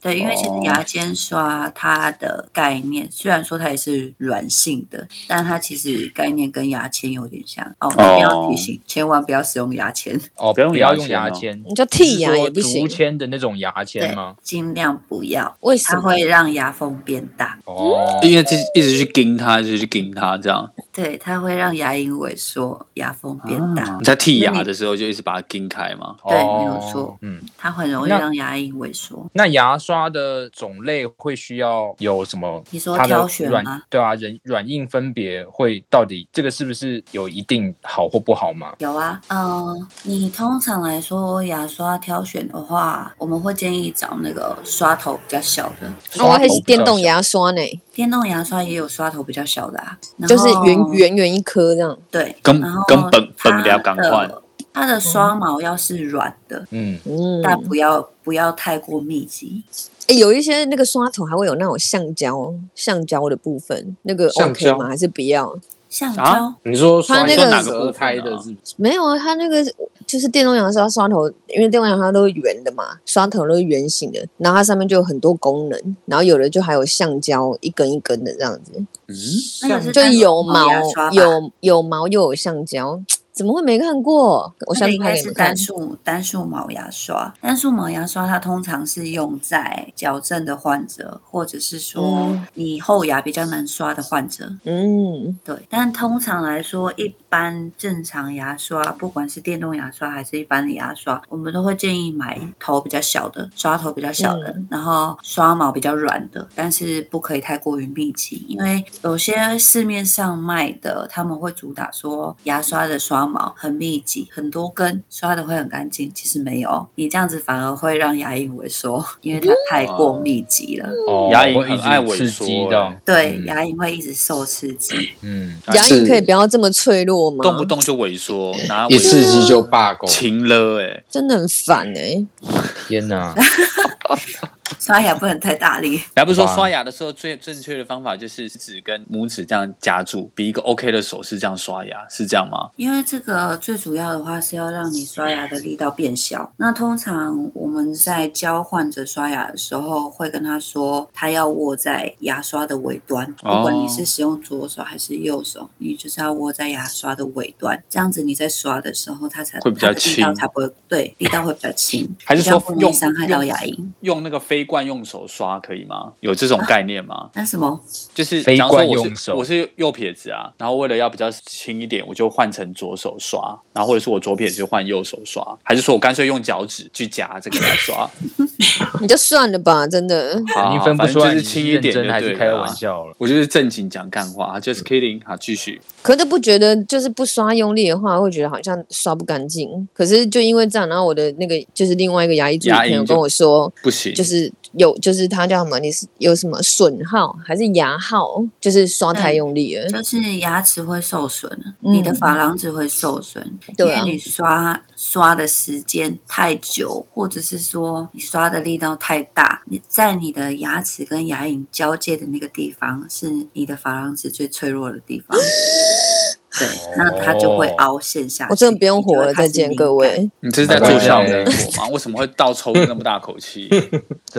S5: 对，因为其实牙尖刷它的概念，虽然说它也是软性的，但它其实概念跟牙签有点像哦。这边要提醒，千万不要使用牙签，
S2: 哦，
S1: 不用
S2: 不要
S1: 牙
S2: 用
S1: 签
S2: 牙
S1: 哦
S2: 签，
S3: 你就剔牙也不
S2: 是说
S3: 行
S2: 竹，签的那种牙签
S5: 对
S2: 吗？，
S5: 尽量不要，
S3: 为什
S5: 它
S3: 么？
S5: 会让牙缝变大。
S2: 哦，
S1: 因为这一直去盯他，一直去盯他，这样
S5: 对，它会让牙龈萎缩，牙缝变大，
S1: 你在剔
S5: 那
S1: 牙
S5: 你
S1: 的时候就一直把它盯开嘛。
S5: 对
S2: 哦
S5: 没有错
S2: 嗯，
S5: 它很容易
S2: 那
S5: 让牙龈萎缩。
S2: 那牙刷的种类会需要有什么？
S5: 你说
S2: 它的
S5: 挑选
S2: 软
S5: 吗
S2: 对啊，人软硬分别会到底这个是不是有一定好或不好
S3: 哦
S2: 吗？
S5: 有啊，嗯、你通常来说牙刷挑选的话，我们会建议找那个刷头比较小的，
S3: 那我还
S2: 头
S3: 是
S2: 比
S3: 电
S2: 较
S3: 动
S2: 小
S3: 牙刷呢，
S5: 电动牙刷也有刷头比较小的啊，然
S3: 就是圆
S5: 后
S3: 圆圆一颗这样。
S5: 对，
S1: 跟
S5: 然后
S1: 嗯跟本本
S5: 它
S1: 料赶快
S5: 的它的刷毛要是软的，
S2: 嗯，
S3: 嗯，
S5: 但不要不要太过密集。
S3: 哎，有一些那个刷头还会有那种橡胶，橡胶的部分，那个
S4: 橡
S3: OK
S4: 胶
S3: 吗？还是不要？
S5: 橡胶、
S1: 啊
S4: 你说刷
S3: 他那个
S4: 哪个胎的是不是？
S3: 没有啊，它那个就是电动牙刷刷头，因为电动牙刷都是圆的嘛，刷头都是圆形的，然后它上面就有很多功能，然后有的就还有橡胶一根一根的这样子，
S5: 那个是
S3: 就
S5: 单纯
S3: 有
S5: 的
S3: 毛
S5: 牙刷吧
S3: 有有毛又有橡胶，怎么会没看过？我
S5: 那
S3: 下
S5: 个
S3: 次
S5: 应
S3: 拍给
S5: 该
S3: 你
S5: 是
S3: 们看
S5: 单。数单数毛牙刷，单数毛牙刷它通常是用在矫正的患者，或者是说
S3: 嗯
S5: 你后牙比较难刷的患者。
S3: 嗯，
S5: 对，但通常来说，一般正常牙刷，不管是电动牙刷还是一般的牙刷，我们都会建议买头比较小的，刷头比较小的，然后刷毛比较软的，但是不可以太过于密集，因为有些市面上卖的他们会主打说牙刷的刷毛很密集，很多根，刷的会很干净，其实没有，你这样子反而会让牙龈萎缩，因为它太过密集了。
S3: 嗯
S2: 哦，
S1: 牙龈
S2: 会一
S1: 很爱
S2: 直
S1: 萎
S2: 刺
S1: 缩
S2: 激
S1: 欸
S2: 到，
S5: 对，
S2: 嗯
S5: 牙龈会一直受刺激。
S2: 嗯，
S3: 牙龈
S4: 是
S3: 可以不要这么脆弱吗？
S1: 动不动就萎缩，拿
S4: 一
S1: 萎
S4: 刺激就罢工，
S1: 勤了哎、
S3: 真的很烦哎、
S2: 天 哪，
S5: 刷牙不能太大力。
S1: 还不是说
S2: 哇
S1: 刷牙的时候最正确的方法就是指跟拇指这样夹住，比一个 OK 的手势这样刷牙，是这样吗？
S5: 因为这个最主要的话是要让你刷牙的力道变小。那通常我们在教患者刷牙的时候，会跟他说，他要握在牙刷的尾端，
S1: 哦
S5: 不管你是使用左手还是右手，你就是要握在牙刷的尾端。这样子你在刷的时候，它才
S1: 会比较
S5: 它的力道
S1: 轻
S5: 才不会对力道会比较轻，
S1: 还是
S5: 比较
S1: 说
S5: 不容易
S1: 用
S5: 伤害到牙龈？
S1: 用那个非惯用手刷可以吗？有这种概念 吗？
S5: 那什么？
S1: 就是
S2: 非
S1: 假如说我是
S2: 惯用手
S1: 我是右撇子啊，然后为了要比较轻一点，我就换成左手刷，然后或者是我左撇子就换右手刷，还是说我干脆用脚趾去夹这个来 刷？
S3: 你就算了吧，真的。
S1: 好
S2: 啊你分不出
S1: 反
S2: 来
S1: 正
S2: 你
S1: 就是
S2: 是
S1: 轻一
S2: 认
S1: 点就
S2: 真还是
S1: 对
S2: 开
S1: 了啊
S2: 玩笑嗯了。
S1: 我就是正经讲干话，just 啊 kidding，好，继续。
S3: 可是不觉得就是不刷用力的话，会觉得好像刷不干净。可是就因为这样，然后我的那个就是另外一个牙医助理
S1: 牙
S3: 朋友
S1: 龈
S3: 跟
S1: 就
S3: 我说，
S1: 不行，
S3: 就是有就是他叫什么，你是有什么损耗还是牙耗，就是刷太用力了。
S5: 就是牙齿会受损，
S3: 嗯
S5: 你的珐琅质会受损，
S3: 对啊
S5: 因为你刷刷的时间太久，或者是说你刷的力道太大，你在你的牙齿跟 牙龈交界的那个地方，是你的珐琅质最脆弱的地方。对，那它就会凹陷下去。
S3: 哦我真的不用活
S5: 因为
S3: 了，
S5: 它
S3: 再
S5: 是
S3: 见
S5: 敏
S3: 各
S5: 感。
S3: 位。
S1: 你这是在做效能我吗？为什么会倒抽那么大口 气？因
S2: 是吧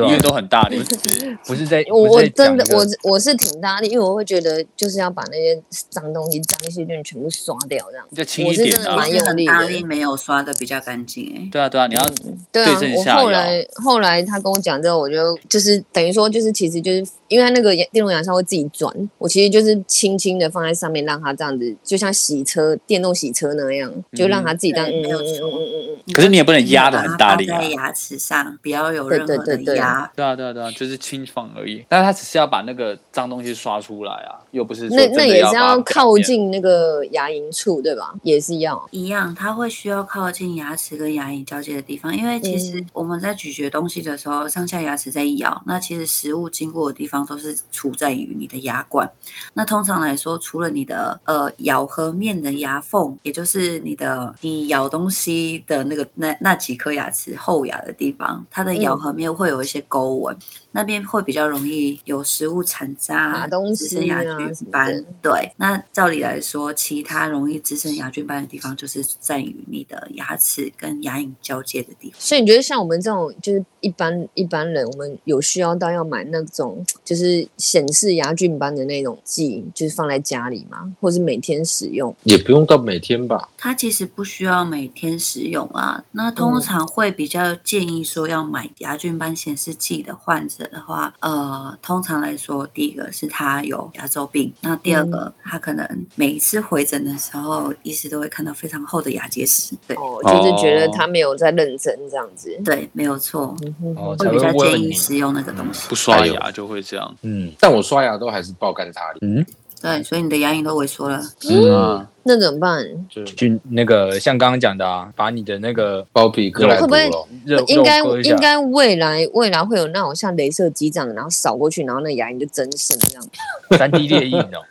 S1: 为？都很大力气。
S2: 不是在，
S3: 我
S2: 不
S3: 我
S2: 是在讲
S3: 真的
S2: 那个
S3: 我我是挺大力，因为我会觉得就是要把那些脏东西、脏细菌全部刷掉这样。
S1: 你就轻
S3: 我
S1: 一
S3: 是
S1: 点
S3: 真的
S1: 啊
S3: 蛮！有
S5: 很
S3: 力
S5: 大
S3: 的
S5: 力没有刷的比较干净欸
S1: 对啊，对啊，你要
S3: 对啊
S1: 对症，
S3: 我
S1: 下
S3: 后
S1: 药
S3: 来后来他跟我讲之后，我就就是等于说就是其实就是因为它那个电动牙刷会自己转，我其实就是轻轻的放在上面，让它这样子，就像洗车电动洗车那样，就让它自己这样，嗯
S5: 对没
S3: 嗯
S5: 有
S3: 嗯
S5: 错
S3: 嗯嗯嗯嗯，
S5: 哎。
S1: 可是你也不能压得很大力啊
S5: 把它放在牙齿上不要有
S3: 对
S5: 任
S3: 对
S5: 何
S3: 对
S5: 的
S3: 对
S5: 压。
S1: 对啊，对啊，对啊，就是轻放而已。但是他只是要把那个脏东西刷出来啊，又不是说
S3: 那
S1: 真的
S3: 那也
S1: 要
S3: 是
S1: 把它
S3: 要
S1: 表
S3: 靠
S1: 面。
S3: 近那个牙龈处对吧？也是要，
S5: 一样，它会需要靠近牙齿跟牙龈交界的地方，因为其实我们在咀嚼东西的时候，上下牙齿在咬，那其实食物经过的地方都是处在于你的牙冠。那通常来说，除了你的呃咬合面的牙缝，也就是你的你咬东西的那个那那几颗牙齿后牙的地方，它的咬
S3: 嗯
S5: 合面会有一些沟纹，那边会比较容易有食物残渣
S3: 卡东
S5: 滋生
S3: 西
S5: 牙
S3: 啊什
S5: 菌
S3: 么
S5: 斑
S3: 的。
S5: 对，那照理来说，其他容易滋生牙菌斑的地方，就是在于你的牙齿跟牙龈交界的地方。
S3: 所以你觉得像我们这种就是一般一般人，我们有需要到要买那种就是显示牙菌斑的那种剂，就是放在家里吗？或是每天使用？
S4: 也不用到每天吧。
S5: 它其实不需要每天使用啊。那通
S3: 嗯
S5: 常会比较建议说，要买牙菌斑显示剂的患者的话，呃，通常来说，第一个是他有牙周病，那第二
S3: 嗯
S5: 个、他可能每一次回诊的时候，医师都会看到非常厚的牙结石。对
S3: 哦，就是觉得他没有在认真这样子。
S5: 对，没有错，
S3: 嗯哼
S2: 哦，才
S5: 会比较
S2: 会
S5: 建
S2: 问
S5: 议
S2: 你，
S5: 使用那个东西。
S1: 不刷
S4: 哎呦
S1: 牙就会这样。
S2: 嗯
S4: 但我刷牙都还是爆干擦力，
S2: 嗯，
S5: 对，所以你的牙龈都萎缩了。
S2: 嗯，
S3: 那怎么办？
S4: 就
S2: 就那个像刚刚讲的啊，把你的那个
S4: 包皮割来
S3: 会
S4: 补
S3: 不会
S4: 咯。
S2: 热
S3: 应该
S2: 肉割一下
S3: 应该未来未来会有那种像镭射机这样，然后扫过去，然后那牙龈就增生 这样，
S2: 三 D 列印 哦，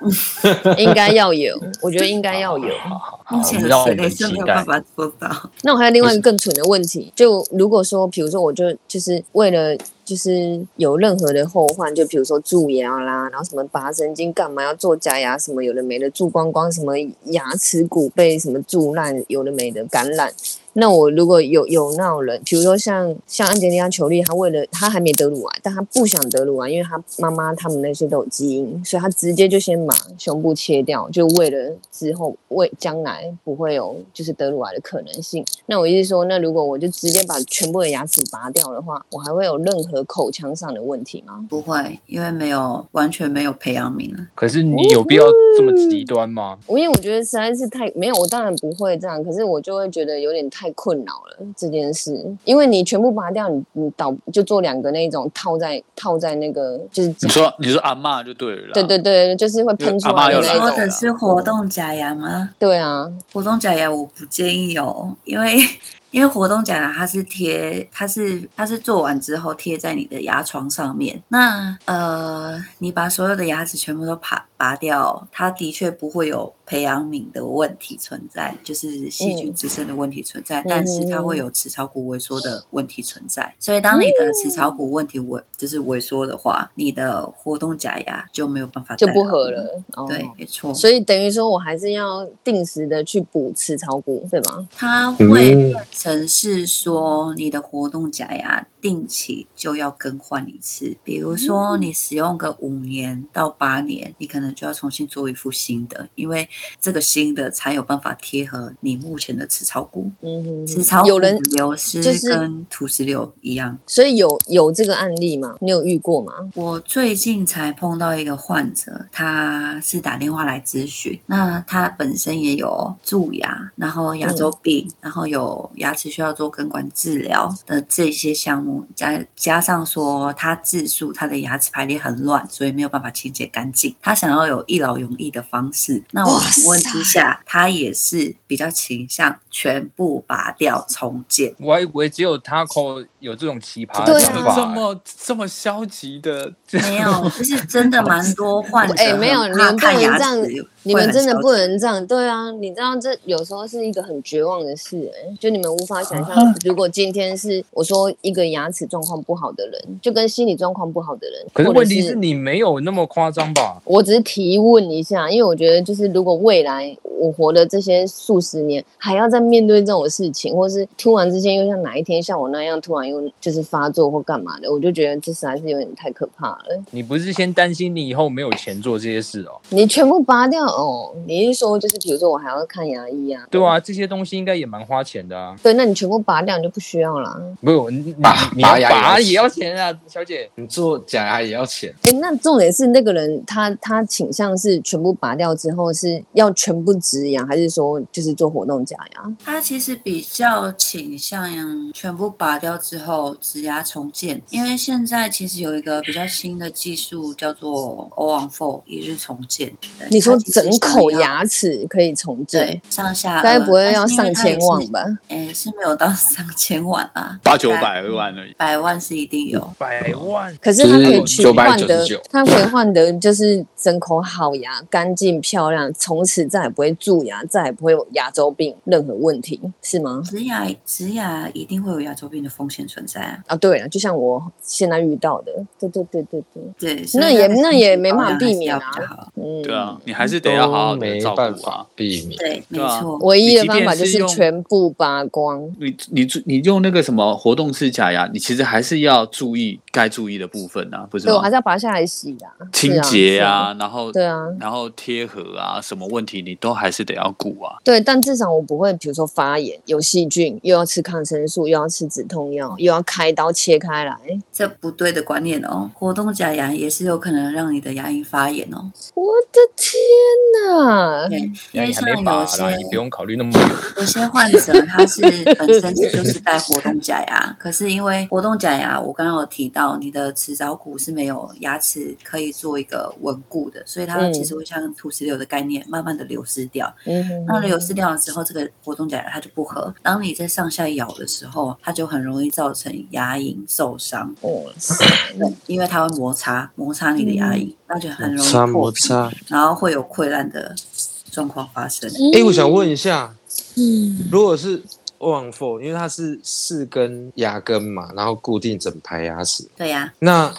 S3: 应该要有，我觉得应该要有。
S2: 好好好，
S5: 目
S2: 我
S5: 前
S2: 们
S5: 的
S2: 让我
S5: 水
S2: 们
S5: 雷是
S2: 期
S5: 没有
S2: 待
S5: 办。法做到。
S3: 那我还有另外一个更蠢的问题，就如果说，比如说，我就就是为了就是有任何的后患，就比如说蛀牙啦，然后什么拔神经干嘛要做假牙，什么有的没的，蛀光光，什么牙齿骨被什么蛀烂，有的没的感染。那我如果有有那种人，比如说像像安吉丽娜·裘丽，她为了她还没得乳啊癌，但她不想得乳癌，啊因为她妈妈他们那些都有基因，所以她直接就先把胸部切掉，就为了之后为将来不会有就是得乳癌的可能性。那我意思说，那如果我就直接把全部的牙齿拔掉的话，我还会有任何口腔上的问题吗？
S5: 不会，因为没有完全没有培养皿了。
S2: 可是你有必要这么极端吗？
S3: 我因为我觉得实在是太没有，我当然不会这样，可是我就会觉得有点太困扰了这件事，因为你全部拔掉，你你倒就做两个那种套在套在那个就是
S1: 你说你说阿嬷就对了啦。
S3: 对对对，就是会喷出来
S1: 阿嬷
S3: 的
S1: 又
S3: 那
S1: 来
S3: 一
S5: 说
S1: 了
S3: 种。
S5: 的是活动假牙吗？
S3: 对啊，
S5: 活动假牙我不建议哦，因为因为活动假牙它是贴，它是它是做完之后贴在你的牙床上面。那呃，你把所有的牙齿全部都拔拔掉，它的确不会有培养皿的问题存在，就是细
S3: 嗯
S5: 菌滋生的问题存在，但是它
S3: 哦
S5: 会有齿槽骨萎缩的问题存在。所以当你的齿
S3: 嗯
S5: 槽骨问题萎就是萎缩的话，你的活动假牙就没有办法
S3: 就
S5: 带
S3: 不
S5: 好
S3: 合
S5: 你。
S3: 了。哦
S5: 对，没错。
S3: 所以等于说我还是要定时的去补吃草骨，对吧？
S5: 它
S4: 嗯
S5: 会变成是说你的活动假牙定期就要更换一次，比如
S3: 嗯
S5: 说你使用个五年到八年，你可能就要重新做一副新的，因为这个新的才有办法贴合你目前的齿槽骨。
S3: 嗯哼
S5: 齿槽
S3: 哼，
S5: 骨
S3: 有人
S5: 的，流失
S3: 就是
S5: 跟土石流一样。
S3: 所以有有这个案例吗？你有遇过吗？
S5: 我最近才碰到一个患者，他是打电话来咨询，那他本身也有蛀牙，然后牙
S3: 嗯
S5: 周病，然后有牙齿需要做根管治疗的这些项目，加加上说他自述他的牙齿排列很乱，所以没有办法清洁干净，他想要有一劳永逸的方式。那我
S3: 哇
S5: 请问之
S3: 塞
S5: 下，他也是比较倾向全部拔掉重建。
S2: 我还以为只有 Taco 有这种奇葩
S3: 对
S2: 的想
S3: 啊
S1: 怎么这
S2: 法。
S1: 么这么消极的？
S5: 没有，就是真的蛮 多患者
S3: 哎没有
S5: 很
S3: 你
S5: 怕
S3: 们不
S5: 看
S3: 能
S5: 牙
S3: 这样
S5: 齿
S3: 你
S5: 会
S3: 们
S5: 很
S3: 真的
S5: 消
S3: 不
S5: 极
S3: 能这样，对啊，你知道这有时候是一个很绝望的事、欸，就你们无法
S2: 啊
S3: 想象，如果今天是我说一个牙齿状况不好的人，就跟心理状况不好的人，
S2: 可是
S3: 或者
S2: 问题是你没有那么夸张吧？
S3: 我只是提问一下，因为我觉得就是如果未来我活的这些数十年，还要再面对这种事情，或是突然之间又像哪一天像我那样突然又就是发作或干嘛的，我就觉得这实在是有点太可怕了。
S2: 你不是先担心你以后没有钱做这些事哦？
S3: 你全部拔掉哦，你是说就是比如说我还要看牙医啊？
S2: 对啊，这些东西应该也蛮花钱的啊。
S3: 对，那你全部拔掉你就不需要啊啦。
S2: 没有，你你
S4: 拔
S2: 你要
S4: 拔牙也要
S2: 拔
S4: 钱
S2: 也要钱啊，小姐。
S4: 你嗯做假牙也要钱，
S3: 哎，那重点是那个人他他倾向是全部拔掉之后是要全部植牙，还是说就是做活动假牙？
S5: 他其实比较倾向全部拔掉之后植牙重建，因为现在其实有一个比较新的技术叫做 O on Four 一日重建。对
S3: 你说
S5: 它其实
S3: 整口
S5: 想要
S3: 牙齿可以重建
S5: 对，上下颚
S3: 该不会要上千？
S5: 但
S3: 万
S5: 是因为它也是
S3: 吧？
S5: 哎，是没有到上千万啊，
S1: 八九百万而已。
S5: 百万是一定有。
S2: 百万，
S3: 可是他可以去
S4: 就是
S3: 换得
S4: 999，
S3: 他可以换得就是整口好牙，干净漂亮，从此再也不会蛀牙，再也不会有牙周病任何问题，是吗？
S5: 植牙植牙一定会有牙周病的风险存在啊，
S3: 啊，对了，就像我现在遇到的，对对对对对，
S5: 对，所以
S3: 那也
S5: 它的
S3: 那也
S5: 保
S3: 没办法
S5: 养还
S3: 避
S5: 是
S3: 免
S5: 要
S3: 啊
S5: 比较好
S3: 嗯，
S1: 对啊，，你还是得要好好的
S4: 没
S1: 照
S4: 办
S1: 顾啊
S4: 法。避免。
S5: 对，没
S1: 对啊
S5: 错。
S3: 唯一的
S1: 你即
S3: 方
S1: 便
S3: 法就是是
S1: 用
S3: 全部拔光。
S1: 你你你用那个什么活动式假牙，你其实还是要注意该注意的部分啊，不是
S3: 对，我
S1: 吗
S3: 还？是要拔下来洗的、啊，
S1: 清
S3: 是
S1: 洁
S3: 啊，
S1: 啊，然后
S3: 是啊对啊，
S1: 然后贴合啊，什么问题你都还是得要顾啊。
S3: 对，但至少我不会，比如说发炎、有细菌，又要吃抗生素，又要吃止痛药，又要开刀切开来。
S5: 这不对的观念哦。活动假牙也是有可能让你的牙龈发炎哦。
S3: 我的天哪！
S5: 对，因
S2: 那哎
S5: 为
S2: 你还
S5: 像
S2: 没拔
S5: 有
S2: 啦，你不
S5: 些
S2: 用考虑那么多。
S5: 有些患者他 是本身就是戴活动假牙，可是因为活动假牙，我刚刚有提到你的齿槽骨是没有牙齿可以做一个稳固的，所以它
S3: 嗯
S5: 其实会像土石流的概念，慢慢的流失掉。
S3: 嗯，
S5: 那流失掉了之后，这个活动假牙它就不合。当你在上下咬的时候，它就很容易造成牙龈受伤，
S3: 哇塞，
S5: 对，因为它会摩擦摩擦你的牙龈，那就很容易
S4: 擦
S5: 破
S4: 摩
S5: 皮
S4: 擦。
S3: 嗯
S5: 然后会有溃烂的状况发生。
S4: 哎、我想问一下，
S3: 嗯，
S4: 如果是 on four，因为它是四根牙根嘛，然后固定整排牙齿，
S5: 对呀、
S4: 那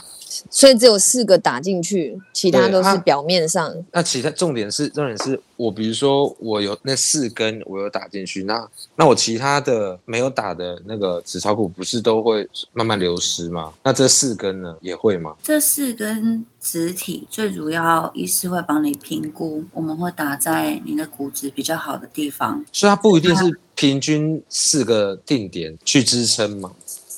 S3: 所以只有四个打进去，其他
S4: 对
S3: 都是
S4: 啊
S3: 表面上。
S4: 那其他重点是，重点是我比如说我有那四根我有打进去，那那我其他的没有打的那个紫草骨不是都会慢慢流失吗？那这四根呢也会吗？
S5: 这四根植体最主要医师会帮你评估，我们会打在你的骨质比较好的地方。
S4: 所以它不一定是平均四个定点去支撑嘛，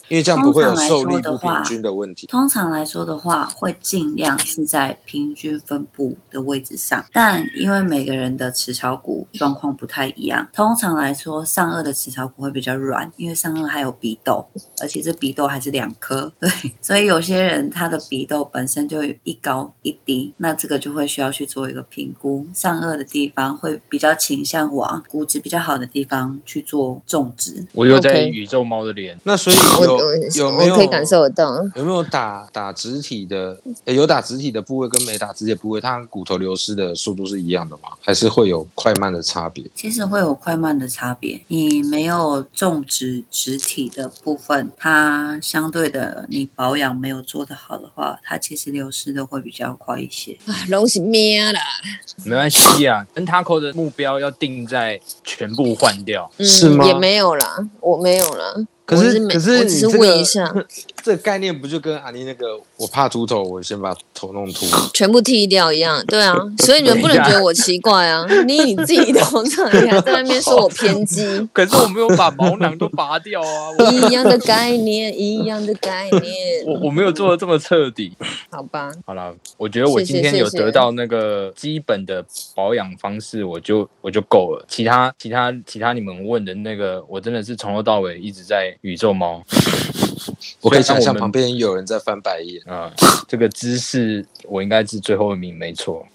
S4: 因为这样不会有受力不平均的问题。
S5: 通常来说的话，会尽量是在平均分布的位置上，但因为每个人的齿槽骨状况不太一样，通常来说，上颚的齿槽骨会比较软，因为上颚还有鼻窦，而且这鼻窦还是两颗， 对，所以有些人他的鼻窦本身就有一高一低，那这个就会需要去做一个评估，上颚的地方会比较倾向往骨质比较好的地方去做种植，
S2: 我又在
S3: OK
S2: 宇宙猫的脸，
S4: 那所以
S3: 我
S4: 有
S3: 我
S4: 有没
S3: 我
S4: 有
S3: 可以感受得到，
S4: 有没有打打肢体的、诶有打肢体的部位跟没打肢体的部位，它骨头流失的速度是一样的吗？还是会有快慢的差别？
S5: 其实会有快慢的差别。你没有种植植体的部分，它相对的你保养没有做得好的话，它其实流失的会比较快一些。
S3: 啊拢是咩啦？
S2: 没关系啊。跟 Taco 的目标要定在全部换掉。
S3: 嗯
S4: 是吗
S3: 也没有啦，我没有啦。
S4: 可
S3: 我
S4: 是
S3: 是没
S4: 可
S3: 我
S4: 是
S3: 只
S4: 你
S3: 是
S4: 这个
S3: 问一 下，
S4: 这个概念不就跟阿妮那个我怕秃头，我先把头弄秃？
S3: 全部剃掉一样，对啊，所以你们不能觉得我奇怪啊！你你自己都这样，你还在那边说我 偏激，
S2: 可是我没有把毛囊都拔掉啊，我
S3: 一样的概念，一样的概念，
S2: 我我没有做的这么彻底。
S3: 好吧？
S2: 好了，我觉得我今天
S3: 谢谢
S2: 有
S3: 谢谢
S2: 得到那个基本的保养方式，我就我就够了。其他其他其他你们问的那个，我真的是从头到尾一直在宇宙猫。
S4: 我可以想
S2: 虽然我
S4: 象
S2: 们
S4: 旁边有人在翻白眼。
S2: 啊、这个姿势我应该是最后一名，没错。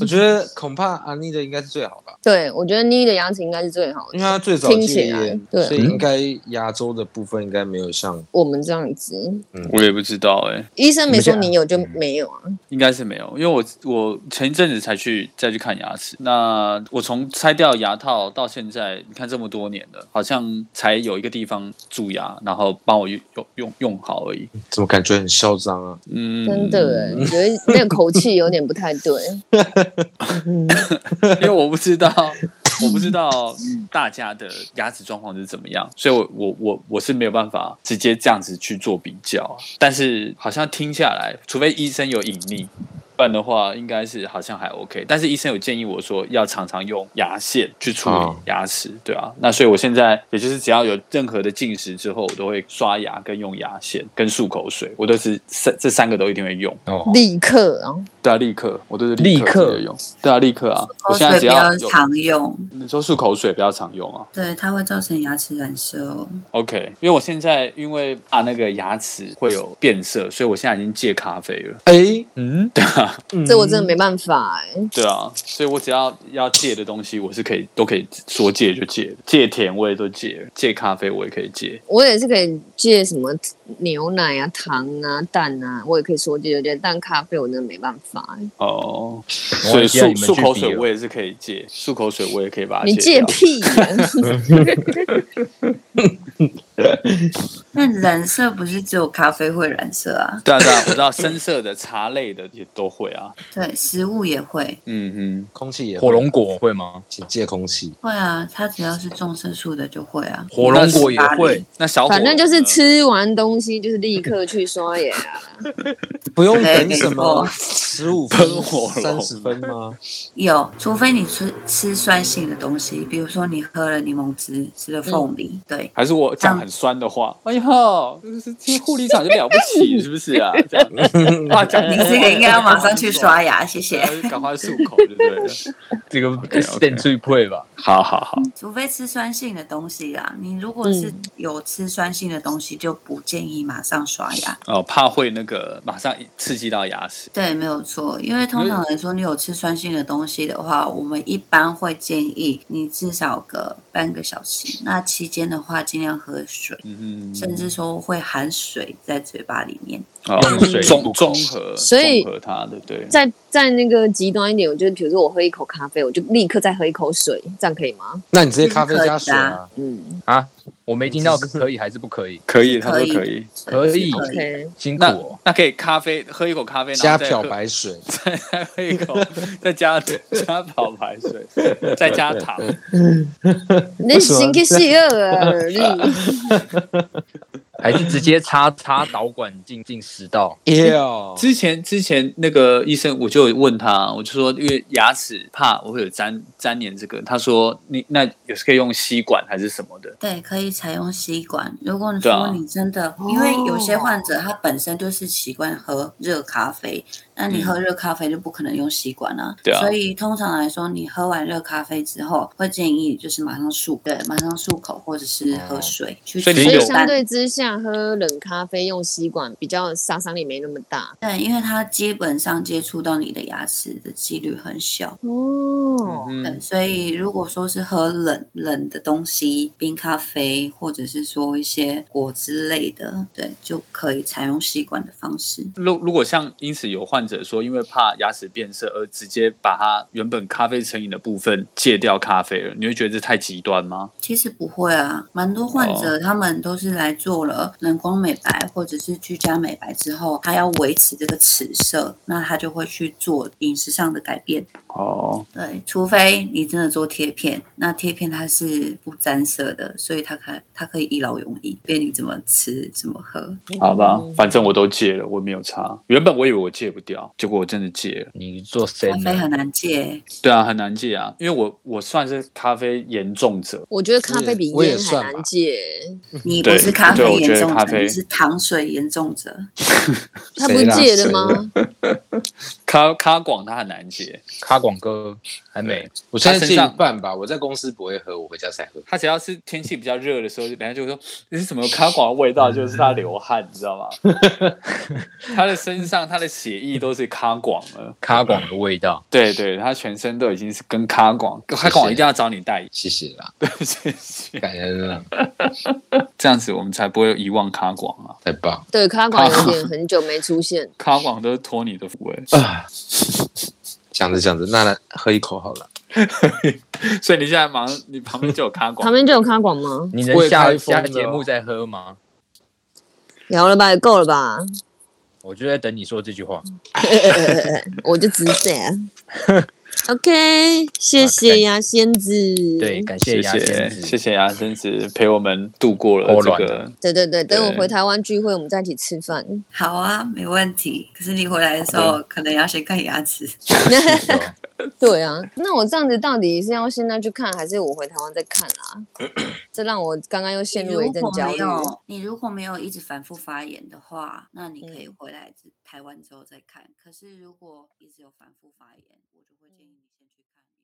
S4: 我觉得恐怕阿妮的应该是最好吧，
S3: 对，我觉得妮的牙齿应该是最好
S4: 因
S3: 的
S4: 为。她最早
S3: 听
S4: 戒
S3: 起来
S4: 烟，
S3: 对
S4: 所以应该牙周的部分应该没有像
S3: 我们这样子，
S1: 我也不知道哎、
S3: 医生没
S2: 你
S3: 说
S2: 们现在
S3: 你有就没有啊。
S1: 应该是没有，因为我我前一阵子才去再去看牙齿。那我从拆掉牙套到现在，你看这么多年了，好像才有一个地方蛀牙，然后帮我用用用用好而已。
S4: 怎么感觉很嚣张啊？
S1: 嗯，
S3: 真的欸，觉得那个口气有点不太对。
S1: 因为我不知道，我不知道大家的牙齿状况是怎么样，所以我我我我是没有办法直接这样子去做比较。啊但是好像听下来，除非医生有隐匿，不然的话应该是好像还 OK。但是医生有建议我说要常常用牙线去处理
S4: 哦
S1: 牙齿，对啊。那所以我现在也就是只要有任何的进食之后，我都会刷牙跟用牙线跟漱口水，我都是三这三个都一定会用。
S4: 哦，
S3: 立刻啊，
S1: 对啊，立刻我都是
S2: 立刻
S1: 直接用。对啊，立刻啊，我
S5: 口
S1: 现在
S5: 水
S1: 只
S5: 不
S1: 要
S5: 要
S1: 有。
S5: 常用，
S1: 你说漱口水不要常用啊
S5: 对，它会造成牙齿染色哦。
S1: ，OK？因为我现在因为啊那个牙齿会有变色，所以我现在已经戒咖啡了。
S4: 哎，嗯，对啊，
S3: 这我真的没办法哎、
S1: 对啊，所以我只要要戒的东西，我是可以都可以说戒就戒，戒甜我也都戒了，戒咖啡我也可以戒。
S3: 我也是可以戒什么牛奶啊、糖啊、蛋啊，我也可以说戒就戒，但咖啡我真的没办法、欸。
S1: 哦，所
S2: 我
S1: 以
S2: 也希望
S1: 漱
S2: 你们去
S1: 漱口
S2: 比
S1: 水
S2: 了
S1: 我也是可以戒，漱口水我也可以把它
S3: 你
S1: 戒
S3: 戒
S1: 掉。
S3: 屁、啊！
S5: 那染色不是只有咖啡会染色啊？
S1: 对啊对啊，我知道深色的茶类的也都会啊。
S5: 对，食物也会，
S1: 嗯
S4: 空气也会
S2: 火龙，果会吗？
S4: 请戒空气。
S5: 会啊，它只要是重色素的就会啊。
S2: 火龙果也会
S1: 哼，，那小火
S3: 反正就是
S1: 龙
S4: 嗯
S1: 呢
S3: 吃完东西就是立刻去刷牙啊，
S4: 不用
S5: 对
S4: 等
S5: 没
S4: 什么
S5: 错
S4: 十五
S1: 喷
S4: 分、
S1: 火龙
S4: 三十分吗？
S5: 有，除非你吃吃酸性的东西，比如说你喝了柠檬汁，吃了凤
S1: 嗯
S5: 梨，对，
S1: 还是我讲很酸的话，哎呦，就是这护理长就了不起，是不是啊？这样话讲，
S5: 你这个应该要马上去刷，牙，谢谢。
S1: 赶快漱 口，对不对了？
S2: 这个
S1: OK，OK
S2: 点最会吧？
S1: 好好好，
S5: 除非吃酸性的东西啊，你如果是
S3: 嗯
S5: 有吃酸性的东西，就不建议马上刷牙。
S1: 哦，怕会那个马上刺激到牙齿。
S5: 对，没有错，因为通常
S1: 嗯
S5: 来说，你有吃酸性的东西的话，我们一般会建议你至少个半个小时。那期间的话，尽量喝水，
S1: 嗯哼，
S5: 甚至说会含水在嘴巴里面。
S1: 哦
S2: 用水漱
S1: 综
S2: 口
S1: 综合，
S3: 所以
S1: 综合它，对不对？
S3: 再再那个极端一点，我觉得比如说我喝一口咖啡，我就立刻再喝一口水，这样可以吗？
S4: 那你直接咖啡加水啊？
S3: 嗯
S2: 啊，我没听到
S4: 这是
S2: 可以还是不可以？
S1: 可以，他说
S5: 可以
S1: 可以。
S2: 可以
S5: 可以。
S3: ，OK，
S2: 辛苦
S1: 那
S2: 哦，
S1: 那可以咖啡喝一口咖啡，然
S4: 加
S1: 后再
S4: 漂
S1: 喝
S4: 白水，
S1: 再 再喝一口，再加加漂白水，再加糖。
S3: 那星期四二啊
S4: 啊
S2: 还是直接插插导管进进食道？
S4: 耶哦！
S1: 之前之前那个医生，我就有问他，我就说因为牙齿怕我会有粘粘连这个，他说你那有可以用吸管还是什么的，
S5: 对，可以采用吸管。如果你
S1: 对啊
S5: 说你真的，因为有些患者他本身就是习惯喝热咖啡，那你喝热咖啡就不可能用吸管啊。
S1: 嗯对啊
S5: 所以通常来说，你喝完热咖啡之后，会建议就是马上漱，对，马上漱口或者是喝水、去
S1: 所以
S5: 取
S1: 你
S3: 所
S5: 代
S3: 以
S1: 有
S3: 相对之下，喝冷咖啡用吸管比较杀伤力没那么大
S5: 对，因为它基本上接触到你的牙齿的几率很小。
S3: 哦。
S1: 嗯
S5: 对，嗯所以如果说是喝冷冷的东西，冰咖啡或者是说一些果汁类的，对，就可以采用吸管的方式。
S1: 如如果像因此有患者说，因为怕牙齿变色而直接把它原本咖啡成瘾的部分戒掉咖啡了，你会觉得这太极端吗？
S5: 其实不会啊，蛮多患者他们都是来做了冷光美白或者是居家美白之后，他要维持这个齿色，那他就会去做饮食上的改变。
S1: 哦，
S5: 对，除非你真的做贴片，那贴片它是不沾色的，所以它可它可以一劳永逸，便你怎么吃怎么喝。
S1: 好吧，反正我都戒了，我没有差。原本我以为我戒不掉，结果我真的戒了。
S2: 你做谁
S5: 咖啡
S2: 呢？
S5: 很难戒，
S1: 对啊，很难戒啊，因为我我算是咖啡严重者。
S3: 我觉得咖啡比
S4: 我也
S3: 烟还
S4: 算吧
S3: 难戒，
S5: 你不
S1: 对
S5: 是咖
S1: 对
S5: 啡
S1: 我觉
S5: 严
S1: 得
S5: 重
S1: 咖
S5: 者，
S1: 啡
S5: 你是糖水严重者。
S3: 他不是
S4: 谁啦
S3: 戒的
S4: 谁
S3: 吗？
S1: 咖咖广它很难戒，
S2: 咖广哥还没，
S4: 我现
S1: 他
S4: 在
S1: 身
S4: 戒
S1: 上
S4: 一半吧，我在公司不会喝，我回家才喝。
S1: 他只要是天气比较热的时候，就人家就会说 你是什么咖广的味道，就是他流汗，你知道吗？ 他的身上他的血液都是咖广了，
S2: 咖广的味道。
S1: 对对，他全身都已经是跟咖广，咖广一定要找你代言，
S4: 谢谢啦，
S1: 对不起，
S4: 感恩啊啦，
S1: 这样子我们才不会遗忘咖广啊。
S4: 太棒
S3: 对，咖管有 点很久没出现。
S1: 咖广都是托你的福哎，
S4: 啊！想着想着，那来喝一口好了。
S1: 所以你现在忙，你旁边就有咖广
S3: 旁，边就有咖管吗？
S2: 你能
S4: 我也
S2: 下
S4: 开封
S2: 下
S4: 了
S2: 节目再喝吗？
S3: 聊了吧，也够了吧？
S2: 我就在等你说这句话。
S3: 我就只这 样。OK，谢谢呀，仙子。
S2: 啊对，感
S1: 谢
S2: 谢牙
S1: 谢谢
S2: 仙 子，
S1: 谢牙仙子陪我们度过了
S2: 欧
S1: 这
S2: 软
S1: 个
S2: 的，
S3: 对对对，等我
S1: 对
S3: 回台湾聚会，我们再一起吃饭。
S5: 好啊，没问题。可是你回来的时候，可能要先看牙齿。
S2: 哦
S3: 对啊，那我这样子到底是要现在去看，还是我回台湾再看 啊？这让我刚刚又陷入了一阵焦虑
S5: 你。如果没有，你如果没有一直反复发炎的话，那你可以
S3: 嗯
S5: 回来之台湾之后再看。可是如果一直有反复发炎，我就会建议你先去看医生。